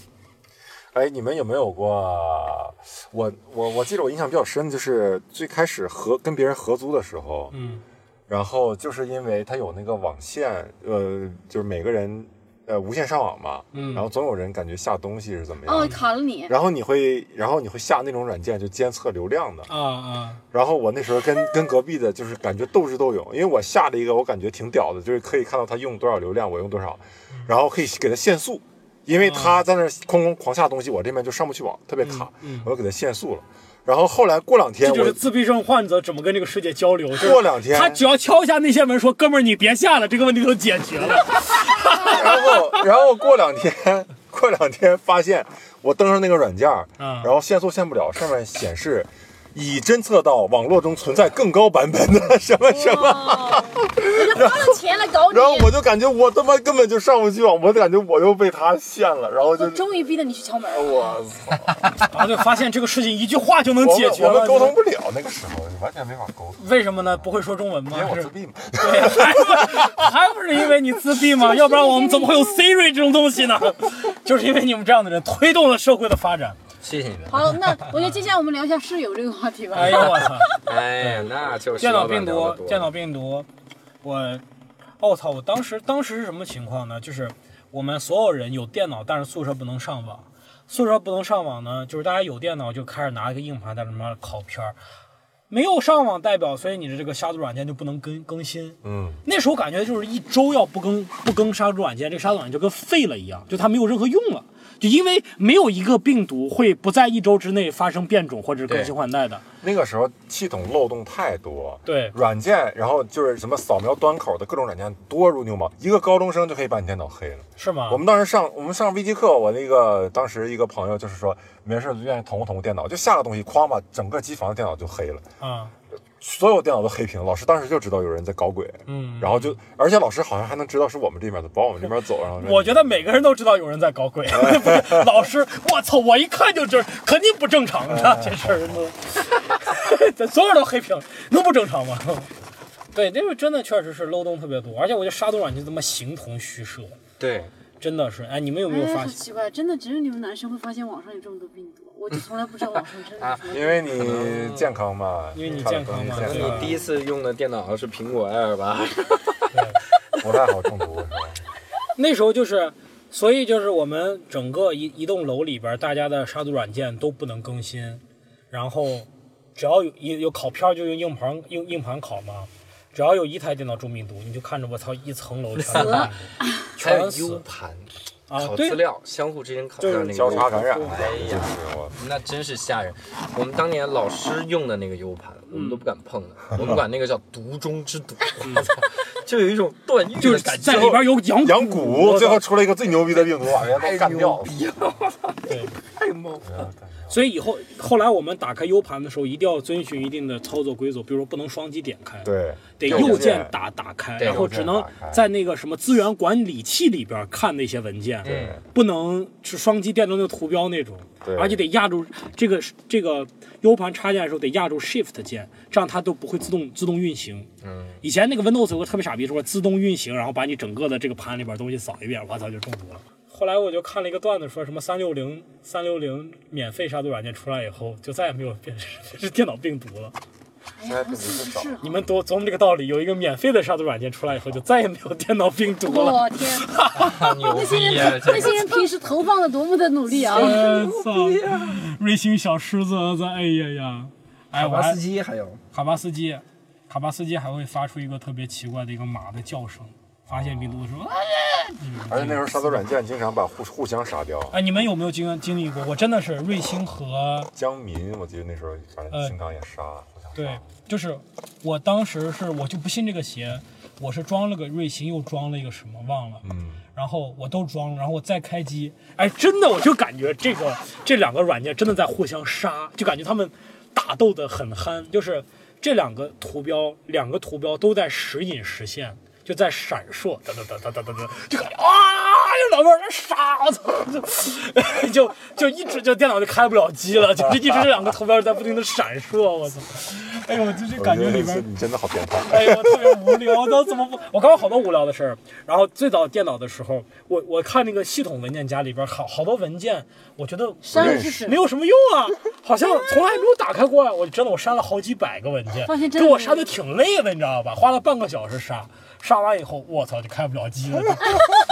Speaker 2: 哎，你们有没有过？我我我记得我印象比较深，就是最开始合跟别人合租的时候，
Speaker 4: 嗯，
Speaker 2: 然后就是因为它有那个网线，呃，就是每个人呃无线上网嘛，
Speaker 4: 嗯
Speaker 2: 然后总有人感觉下东西是怎么样
Speaker 3: 哦，
Speaker 2: 的。
Speaker 3: 卡了你，
Speaker 2: 然后你会，然后你会下那种软件，就监测流量的。
Speaker 4: 啊啊，
Speaker 2: 然后我那时候跟跟隔壁的，就是感觉斗智斗勇，因为我下了一个我感觉挺屌的，就是可以看到他用多少流量，我用多少，
Speaker 4: 嗯
Speaker 2: 然后可以给他限速，因为他在那儿空空狂下东西，我这边就上不去网，特别卡，我就给他限速了。然后后来过两天
Speaker 4: 嗯这
Speaker 2: 哎
Speaker 4: 就
Speaker 2: 我
Speaker 4: 是自闭症患者怎么跟这个世界交流。就是
Speaker 2: 过两天
Speaker 4: 他只要敲一下那些门，说：“哥们儿，你别下了，这个问题都解决了。 <laughs>
Speaker 2: 然后，然后过两天， <laughs> 过两天发现我登上那个软件儿，
Speaker 4: 嗯
Speaker 2: 然后限速限不了，上面显示已侦测到网络中存在更高版本的什么什么。
Speaker 3: 哦，我就花了钱来搞你
Speaker 2: 然，后我就感觉我他妈根本就上不去网，我感觉我又被他限了，然后就
Speaker 3: 我终于逼得你去敲门
Speaker 4: 哦
Speaker 3: 了。
Speaker 2: 我操，”
Speaker 4: 然后就发现这个事情一句话就能
Speaker 2: 我
Speaker 4: 解
Speaker 2: 们
Speaker 4: 决
Speaker 2: 我
Speaker 4: 了。
Speaker 2: 们沟通不了，那个时候完全没法沟通，
Speaker 4: 为什么呢？不会说中文吗
Speaker 2: 因为？我
Speaker 4: 是
Speaker 2: 自闭嘛。
Speaker 4: <laughs> 对， <laughs> 还不还不是因为你自闭吗？要不然我们怎么会有 Siri 这种东西呢？就是因为你们这样的人推动了社会的发展。
Speaker 1: 谢谢你们。
Speaker 3: 好，那我觉得接下来我们聊一下室友这个话题吧。
Speaker 4: 哎呀，我操！
Speaker 1: 哎呀，那就是
Speaker 4: <laughs> 电脑病
Speaker 1: 聊
Speaker 4: 毒
Speaker 1: 得多，
Speaker 4: 电脑病毒，我，哦我、操！我当时当时是什么情况呢？就是我们所有人有电脑，但是宿舍不能上网。宿舍不能上网呢，就是大家有电脑就开始拿一个硬盘在那边拷片儿，没有上网代表，所以你的这个杀毒软件就不能更更新。
Speaker 2: 嗯，
Speaker 4: 那时候感觉就是一周要不更不更杀毒软件，这个杀毒软件就跟废了一样，就它没有任何用了。就因为没有一个病毒会不在一周之内发生变种或者是更新换代的。
Speaker 2: 那个时候系统漏洞太多，
Speaker 4: 对
Speaker 2: 软件，然后就是什么扫描端口的各种软件多如牛毛，一个高中生就可以把你电脑黑了。
Speaker 4: 是吗？
Speaker 2: 我们当时上我们上微机课，我那个当时一个朋友就是说没事就愿意捅捅电脑，就下个东西，哐把整个机房的电脑就黑了，
Speaker 4: 啊，
Speaker 2: 所有电脑都黑屏。老师当时就知道有人在搞鬼，
Speaker 4: 嗯，
Speaker 2: 然后就而且老师好像还能知道是我们这边的，不往我们这边走。然后
Speaker 4: <laughs> 我觉得每个人都知道有人在
Speaker 2: <laughs>
Speaker 4: 搞鬼，不是老师，我操，我一看就知道肯定不正常
Speaker 2: 嗯
Speaker 4: 的，这事儿都， <laughs> 这所有人都黑屏，能不正常吗？ <laughs> 对，那个真的确实是漏洞特别多，而且我觉得杀毒软件他妈形同虚设，
Speaker 1: 对，
Speaker 4: 真的是，哎，你们有没有
Speaker 3: 哎，
Speaker 4: 发
Speaker 3: 好
Speaker 4: 现？
Speaker 3: 奇怪，真的只有你们男生会发现网上有这么多病毒，我就从来不知道网上真的有
Speaker 4: <laughs>
Speaker 3: 什么病毒。
Speaker 2: 因为你健康嘛，
Speaker 4: 因为你
Speaker 2: 看的
Speaker 4: 健康
Speaker 2: 东西
Speaker 4: 嘛
Speaker 2: 健
Speaker 4: 对
Speaker 1: 你
Speaker 4: 吧
Speaker 1: 第一次用的电脑是苹果 Air 吧？
Speaker 2: 不太好中毒是吧？
Speaker 4: 那时候就是，所以就是我们整个一一栋楼里边，大家的杀毒软件都不能更新，然后只要有有有拷片儿就用硬盘用硬盘拷嘛，只要有一台电脑中病毒，你就看着我操一层楼全是病毒，
Speaker 1: 还有
Speaker 4: 全
Speaker 1: U
Speaker 4: 死
Speaker 1: 盘
Speaker 4: 啊！
Speaker 1: 考资
Speaker 4: 对，
Speaker 1: 料，相互之间考
Speaker 4: <laughs> 就
Speaker 1: 资
Speaker 4: 是
Speaker 1: 料那个
Speaker 2: 交叉
Speaker 1: U 盘
Speaker 2: 感染，啊
Speaker 1: 哎
Speaker 2: 就
Speaker 1: 呀，
Speaker 2: 是我
Speaker 1: 那真是吓人。我们当年老师用的那个 U 盘，我们都不敢碰的，
Speaker 4: 嗯
Speaker 1: 我们管那个叫毒中之毒，我操 <laughs> 就有一种断狱
Speaker 4: 就
Speaker 1: 的
Speaker 4: 是
Speaker 1: 感觉，
Speaker 4: 在里边有羊
Speaker 2: 养蛊，最后
Speaker 4: 我操
Speaker 2: 出了一个最牛逼的病毒，把人家都
Speaker 1: 太
Speaker 2: 干
Speaker 1: 牛
Speaker 2: 掉了。
Speaker 1: 逼了，
Speaker 4: 对。
Speaker 1: 太猛了。
Speaker 4: 所以以后后来我们打开 U 盘的时候，一定要遵循一定的操作规则，比如说不能双击点开，
Speaker 2: 对，
Speaker 4: 得
Speaker 2: 右
Speaker 4: 右键
Speaker 2: 键
Speaker 4: 打打开，
Speaker 1: 对
Speaker 4: 然后
Speaker 2: 右键
Speaker 4: 只能
Speaker 2: 打开
Speaker 4: 在那个什么资源管理器里边看那些文件，
Speaker 2: 对
Speaker 4: 不能是双击电动的图标那种，
Speaker 2: 对
Speaker 4: 而且得压住这个这个 U 盘插件的时候得压住 Shift 键，这样它都不会自动自动运行。嗯，以前那个 Windows 有个特别傻逼说自动运行，然后把你整个的这个盘里边东西扫一遍，我操就中毒了。后来我就看了一个段子，说什么三六零三六零免费杀毒软件出来以后，就再也没有变是电脑病毒了。
Speaker 2: 现在病毒是少。
Speaker 4: 你们多琢磨这个道理，有一个免费的杀毒软件出来以后，就再也没有电脑病毒了。
Speaker 3: 我天，
Speaker 1: 牛
Speaker 3: 那些
Speaker 1: 逼啊
Speaker 3: 人！
Speaker 4: <laughs>
Speaker 3: 那些人平时投放的多么的努力啊！
Speaker 4: 我哎操！瑞星小狮子，我操！哎呀呀！哎，
Speaker 1: 卡
Speaker 4: 我
Speaker 1: 巴
Speaker 4: 还
Speaker 1: 斯基还有
Speaker 4: 卡巴斯基，卡巴斯基还会发出一个特别奇怪的一个马的叫声，发现病毒的时候。哎
Speaker 2: 而且那时候杀毒软件经常把互互相杀掉。
Speaker 4: 哎，你们有没有经经历过？我真的是瑞星和
Speaker 2: 江民，我记得那时候反正金刚也杀，互相杀
Speaker 4: 嗯对，就是我当时是我就不信这个邪，我是装了个瑞星，又装了一个什么忘了。
Speaker 2: 嗯，
Speaker 4: 然后我都装了，然后我再开机，哎，真的我就感觉这个这两个软件真的在互相杀，就感觉他们打斗的很憨，就是这两个图标，两个图标都在时隐时现，就在闪烁，哒哒哒哒哒哒哒，就感觉啊，这两个人杀，我操，就就一直就电脑就开不了机了，就是一直这两个图标在不停的闪烁，我操，哎呦，就是
Speaker 2: 我
Speaker 4: 感觉里
Speaker 2: 这次
Speaker 4: 边
Speaker 2: 你真的好变态。
Speaker 4: <laughs> 哎，我特别无聊，那怎么不？我干过好多无聊的事儿。然后最早电脑的时候，我我看那个系统文件夹里边好好多文件，我觉得
Speaker 3: 删了试试
Speaker 4: 没，有什么用啊，好像从来没有打开过呀、我真的我删了好几百个文件
Speaker 3: 发现，真
Speaker 4: 给
Speaker 3: 的
Speaker 4: 我
Speaker 3: 没有
Speaker 4: 删的挺累的，你知道吧？花了半个小时删，删完以后，我操就开不了机了。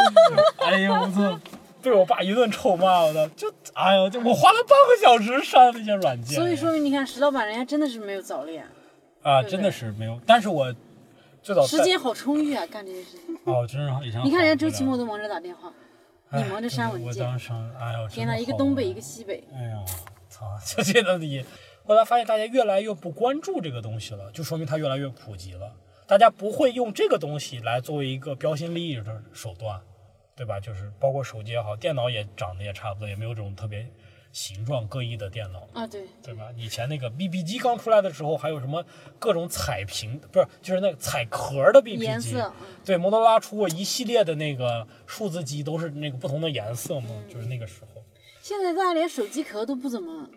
Speaker 4: <laughs> 哎呦我操！被我爸一顿臭骂，我的就哎呦，就我花了半个小时删那些软件。
Speaker 3: 所以说明你看石老板人家真的是没有早恋，
Speaker 4: 啊，真的是没有，但是我最早在
Speaker 3: 时间好充裕啊，干这些事情。
Speaker 4: 哦，真是以前好
Speaker 3: 你看人家
Speaker 4: 无
Speaker 3: 周
Speaker 4: 聊
Speaker 3: 奇墨都忙着打电话，你忙着删文
Speaker 4: 哎我
Speaker 3: 件
Speaker 4: 当。时，哎呦，
Speaker 3: 天
Speaker 4: 哪，
Speaker 3: 哪，一个东北，一个西北，
Speaker 4: 哎呀，操， <laughs> 就这个你。后来发现大家越来越不关注这个东西了，就说明它越来越普及了。大家不会用这个东西来作为一个标新立异的手段，对吧？就是包括手机也好，电脑也长得也差不多，也没有这种特别形状各异的电脑。
Speaker 3: 啊，对，
Speaker 4: 对吧？以前那个 BB 机刚出来的时候，还有什么各种彩屏，不是，就是那个彩壳的 BB 机。
Speaker 3: 颜色嗯
Speaker 4: 对，摩托罗拉出过一系列的那个数字机，都是那个不同的颜色嘛，就是那个时候。
Speaker 3: 现在大家连手机壳都不怎么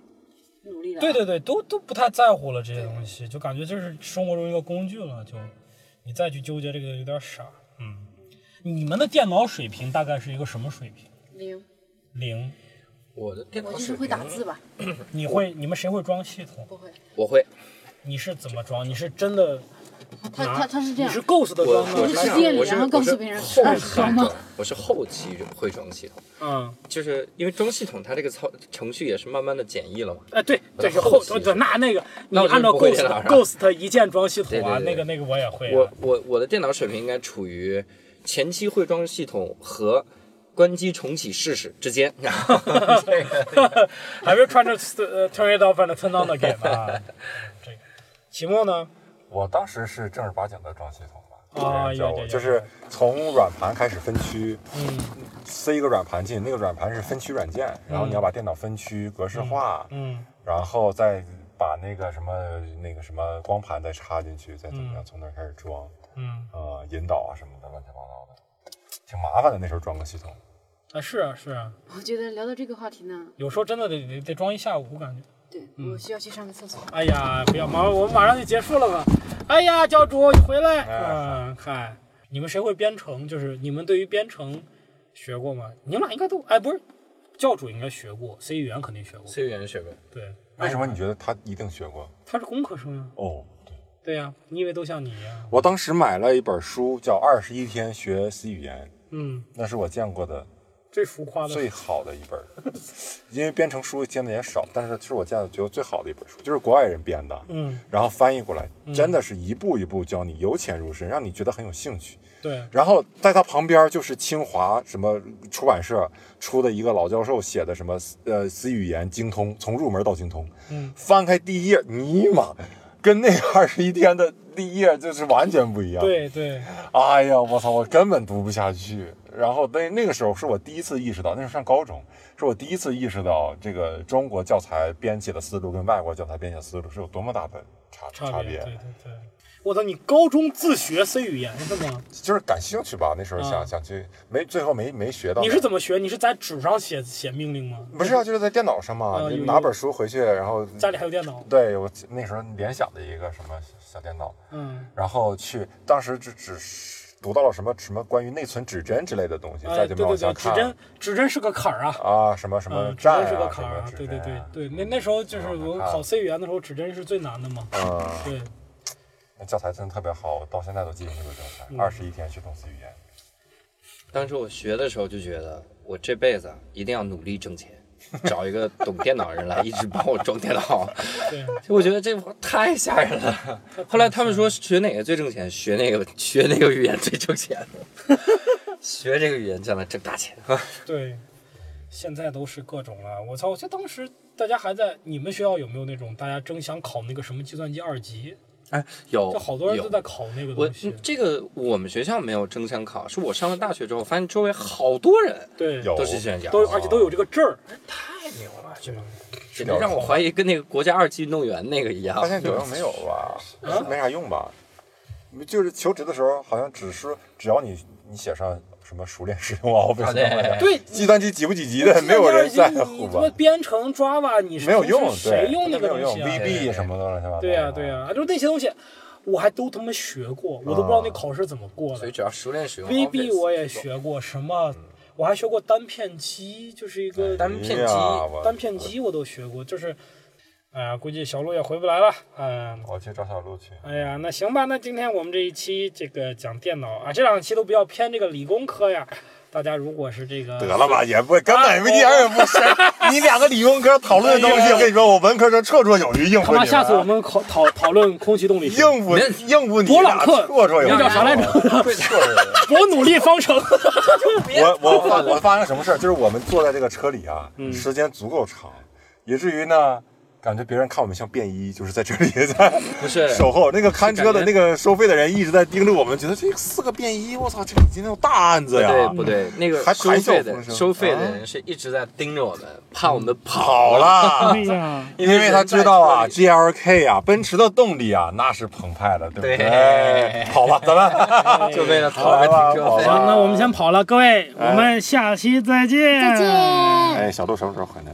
Speaker 3: 努力了。啊
Speaker 4: 对对对，都都不太在乎了这些东西，就感觉就是生活中一个工具了，就你再去纠结这个有点傻。嗯，你们的电脑水平大概是一个什么水平？
Speaker 3: 零，
Speaker 4: 零，
Speaker 1: 我的电
Speaker 3: 我
Speaker 1: 脑
Speaker 3: 就是
Speaker 1: 水
Speaker 3: 会
Speaker 1: 平，
Speaker 3: 打字吧，
Speaker 4: 你会你们谁会装系统？
Speaker 3: 不会。
Speaker 1: 我会，
Speaker 4: 你是怎么装？你是真的
Speaker 3: 他
Speaker 4: 拿
Speaker 3: 他他是这
Speaker 4: 你
Speaker 3: 样
Speaker 4: 是，Ghost 的
Speaker 1: 我
Speaker 4: 装
Speaker 1: 我
Speaker 4: 吗？
Speaker 3: 是
Speaker 1: 这样
Speaker 3: 实践里
Speaker 1: 我是
Speaker 3: 然后
Speaker 1: 我
Speaker 3: 告诉
Speaker 1: 是
Speaker 3: 别人
Speaker 1: 后
Speaker 3: 哎
Speaker 1: 期
Speaker 3: 好吗
Speaker 1: 装我是后期会装系统，
Speaker 4: 嗯，
Speaker 1: 就是因为装系统它这个操程序也是慢慢的简易了嘛。
Speaker 4: 哎，对，
Speaker 1: 我
Speaker 4: 这
Speaker 1: 在
Speaker 4: 是
Speaker 1: 后
Speaker 4: 后
Speaker 1: 期
Speaker 4: 对对，那那个你
Speaker 1: 那我就是
Speaker 4: 按照
Speaker 1: 不会电脑
Speaker 4: Ghost
Speaker 1: 上
Speaker 4: Ghost 一键装系统啊，
Speaker 1: 对对对
Speaker 4: 那个那个我也会啊。
Speaker 1: 我我我的电脑水平应该处于前期会装系统和关机重启试试之间。 <laughs> 然后这个
Speaker 4: <laughs> 还没穿着呃 turn it off and turn on again
Speaker 1: <laughs>
Speaker 4: 啊。这个期末呢？
Speaker 2: 我当时是正儿八经的装系统吧，
Speaker 4: 啊
Speaker 2: 有人教
Speaker 4: 有有有
Speaker 2: 我就是从软盘开始分区，
Speaker 4: 嗯
Speaker 2: 塞一个软盘进，那个软盘是分区软件，然后你要把电脑分区格式化，
Speaker 4: 嗯
Speaker 2: 然后再把那个什么那个什么光盘再插进去，再怎么样，从那儿开始装，
Speaker 4: 嗯，
Speaker 2: 呃，引导啊什么的，乱七八糟的，挺麻烦的。那时候装个系统，
Speaker 4: 啊是啊是啊，
Speaker 3: 我觉得聊到这个话题呢，
Speaker 4: 有时候真的得得得装一下午，感觉。
Speaker 3: 对
Speaker 4: 嗯
Speaker 3: 我需要去上个厕所。
Speaker 4: 哎呀，不要忙，我们马上就结束了吧。哎呀，教主你回来。
Speaker 2: 哎
Speaker 4: 嗯，嗨，你们谁会编程？就是你们对于编程学过吗？你们俩应该都哎不是，教主应该学过，C 语言肯定学过。
Speaker 1: C 语言学过，
Speaker 4: 对，
Speaker 2: 为什么你觉得他一定学过？
Speaker 4: 他是工科生呀？
Speaker 2: 哦，
Speaker 4: 对呀、你以为都像你一样？
Speaker 2: 我当时买了一本书，叫《二十一天学 C 语言》，
Speaker 4: 嗯，
Speaker 2: 那是我见过的
Speaker 4: 最浮夸的。
Speaker 2: 最好的一本儿， <laughs> 因为编程书见的也少，但是是我见的觉得最好的一本书，就是国外人编的，
Speaker 4: 嗯，
Speaker 2: 然后翻译过来，真的是一步一步教你由浅入深，让你觉得很有兴趣。
Speaker 4: 对，
Speaker 2: 然后在他旁边就是清华什么出版社出的一个老教授写的什么呃 C 语言精通，从入门到精通。
Speaker 4: 嗯，
Speaker 2: 翻开第一页，尼玛，跟那二十一天的第一页就是完全不一样。，
Speaker 4: 对对，
Speaker 2: 哎呀，我操，我根本读不下去。然后那那个时候是我第一次意识到，那时候上高中，是我第一次意识到这个中国教材编写的思路跟外国教材编写思路是有多么大的差
Speaker 4: 差
Speaker 2: 差
Speaker 4: 别，对对对。我操，你高中自学 C 语言是吗？
Speaker 2: 就是感兴趣吧，那时候想、
Speaker 4: 啊
Speaker 2: 想去，没最后没没学到。
Speaker 4: 你是怎么学？你是在纸上写写命令吗？
Speaker 2: 不是啊，就是在电脑上嘛，
Speaker 4: 啊
Speaker 2: 你
Speaker 4: 有
Speaker 2: 拿本书回去，然后
Speaker 4: 家里还有电脑。
Speaker 2: 对我那时候联想的一个什么小电脑，
Speaker 4: 嗯，
Speaker 2: 然后去当时只只读到了什么什么关于内存指针之类的东西，
Speaker 4: 哎，
Speaker 2: 再
Speaker 4: 对
Speaker 2: 就没
Speaker 4: 对
Speaker 2: 往下
Speaker 4: 对，指
Speaker 2: 看
Speaker 4: 针指针是个坎儿啊。
Speaker 2: 啊，什么什么
Speaker 4: 嗯，指
Speaker 2: 站
Speaker 4: 针
Speaker 2: 啊，
Speaker 4: 是个
Speaker 2: 什
Speaker 4: 坎
Speaker 2: 么
Speaker 4: 儿啊，
Speaker 2: 指
Speaker 4: 对对
Speaker 2: 针
Speaker 4: 对
Speaker 2: 啊
Speaker 4: 对，那那时候就是我考 C 语言的时候，指针是最难的嘛。
Speaker 2: 嗯，
Speaker 4: 对，
Speaker 2: 那教材真的特别好，我到现在都记得那个教材，
Speaker 4: 嗯
Speaker 2: 二十一天学动词语言。
Speaker 1: 当时我学的时候就觉得，我这辈子啊一定要努力挣钱，找一个懂电脑的人来一直帮我装电脑。 <laughs>
Speaker 4: 对，
Speaker 1: 我觉得这太吓人了。后来他们说学哪个最挣钱，学那个学那个语言最挣钱， <laughs> 学这个语言将来挣大钱。
Speaker 4: 对，现在都是各种了。我操！我记得当时大家还在你们学校有没有那种大家争想考那个什么计算机二级？
Speaker 1: 哎，有
Speaker 4: 就好多人都
Speaker 1: 有
Speaker 4: 在考那个
Speaker 1: 我
Speaker 4: 东西
Speaker 1: 嗯。这个我们学校没有争相考，是我上了大学之后发现周围好多人
Speaker 4: 对，
Speaker 2: 有
Speaker 1: 都是这样讲，
Speaker 4: 都而且都有这个证儿。
Speaker 1: 太牛了，这简直
Speaker 2: 聊
Speaker 1: 让我怀疑跟那个国家二级运动员那个一样
Speaker 2: 发。现有用没有
Speaker 4: <laughs>
Speaker 2: 吧？是
Speaker 4: 啊
Speaker 2: 没啥用吧？就是求职的时候，好像只是只要你你写上什么熟练使用 Office
Speaker 1: 啊
Speaker 2: 什么的，
Speaker 4: 对，
Speaker 2: 计算机几不几级的，没有人在乎
Speaker 4: 你他妈
Speaker 2: 吧？
Speaker 4: 编程 Java，你是
Speaker 2: 没有用，对，
Speaker 4: 谁用那个
Speaker 2: 没有
Speaker 4: 东
Speaker 2: 用
Speaker 4: 西啊？
Speaker 2: ，VB 什么的乱七八糟的。
Speaker 4: 对呀、对啊呀、就那些东西，我还都他妈学过，我都
Speaker 2: 啊
Speaker 4: 不知道那考试怎么过
Speaker 1: 所
Speaker 4: 的
Speaker 1: 以。只要熟练使 <laughs> 用
Speaker 4: VB
Speaker 1: Office，
Speaker 4: 我也学过，什么我还学过单片机，就是一个
Speaker 1: 单片机
Speaker 2: 哎呀我
Speaker 4: 单片机我都学过，就是，哎呀，估计小鹿也回不来了，哎呀。
Speaker 2: 我去找小鹿去。
Speaker 4: 哎呀，那行吧，那今天我们这一期这个讲电脑啊，这两期都比较偏这个理工科呀。大家如果是这啊个
Speaker 2: 得了吧，也不根本一点也不深。
Speaker 4: <laughs>
Speaker 2: 你两个理工科讨论的东
Speaker 4: 哎
Speaker 2: 西，我跟你说，我文科生绰绰有余，应付
Speaker 4: 他
Speaker 2: 你
Speaker 4: 妈，
Speaker 2: 们。
Speaker 4: 下次我们考讨讨论空气动力学，
Speaker 2: 应付应付你
Speaker 4: 勃
Speaker 2: 俩
Speaker 4: 朗克
Speaker 2: 绰绰有余。
Speaker 4: 那叫啥来着？ <laughs> 伯努利方程。
Speaker 2: 我我发我发生什么事儿？就是我们坐在这个车里啊，
Speaker 1: 嗯
Speaker 2: 时间足够长，以至于呢，感觉别人看我们像便衣，就是在这
Speaker 1: <laughs>
Speaker 2: 里在
Speaker 1: 不是
Speaker 2: 守候。那个看车的
Speaker 1: 是感
Speaker 2: 那
Speaker 1: 觉
Speaker 2: 个收费的人一直在盯着我们，觉得这四个便衣，我操，这今天有大案子呀！
Speaker 1: 对
Speaker 2: <laughs>
Speaker 1: 不对？那个
Speaker 2: 啊嗯还
Speaker 1: 收
Speaker 2: 谈笑
Speaker 1: 费
Speaker 2: 风
Speaker 1: 的
Speaker 2: 生
Speaker 1: 收费的
Speaker 2: 啊嗯
Speaker 1: 人是一直在盯着我们，怕我们
Speaker 2: 跑
Speaker 1: 跑， <laughs>
Speaker 2: 了。
Speaker 4: <laughs> 呀，
Speaker 2: 因为他知道啊
Speaker 1: 人在
Speaker 2: ，GLK 啊，奔驰的动力啊，那是澎湃的，对不
Speaker 1: 对
Speaker 2: 好吧，咱
Speaker 1: <laughs>
Speaker 2: 们
Speaker 1: 就为了
Speaker 2: 哎好
Speaker 1: 讨
Speaker 2: 吧
Speaker 1: 个停车
Speaker 2: 好
Speaker 1: 费。
Speaker 2: 吧哎
Speaker 4: 那我们先跑了，各位，我们下期再见。
Speaker 3: 再见。
Speaker 2: 哎，小豆什么时候回来？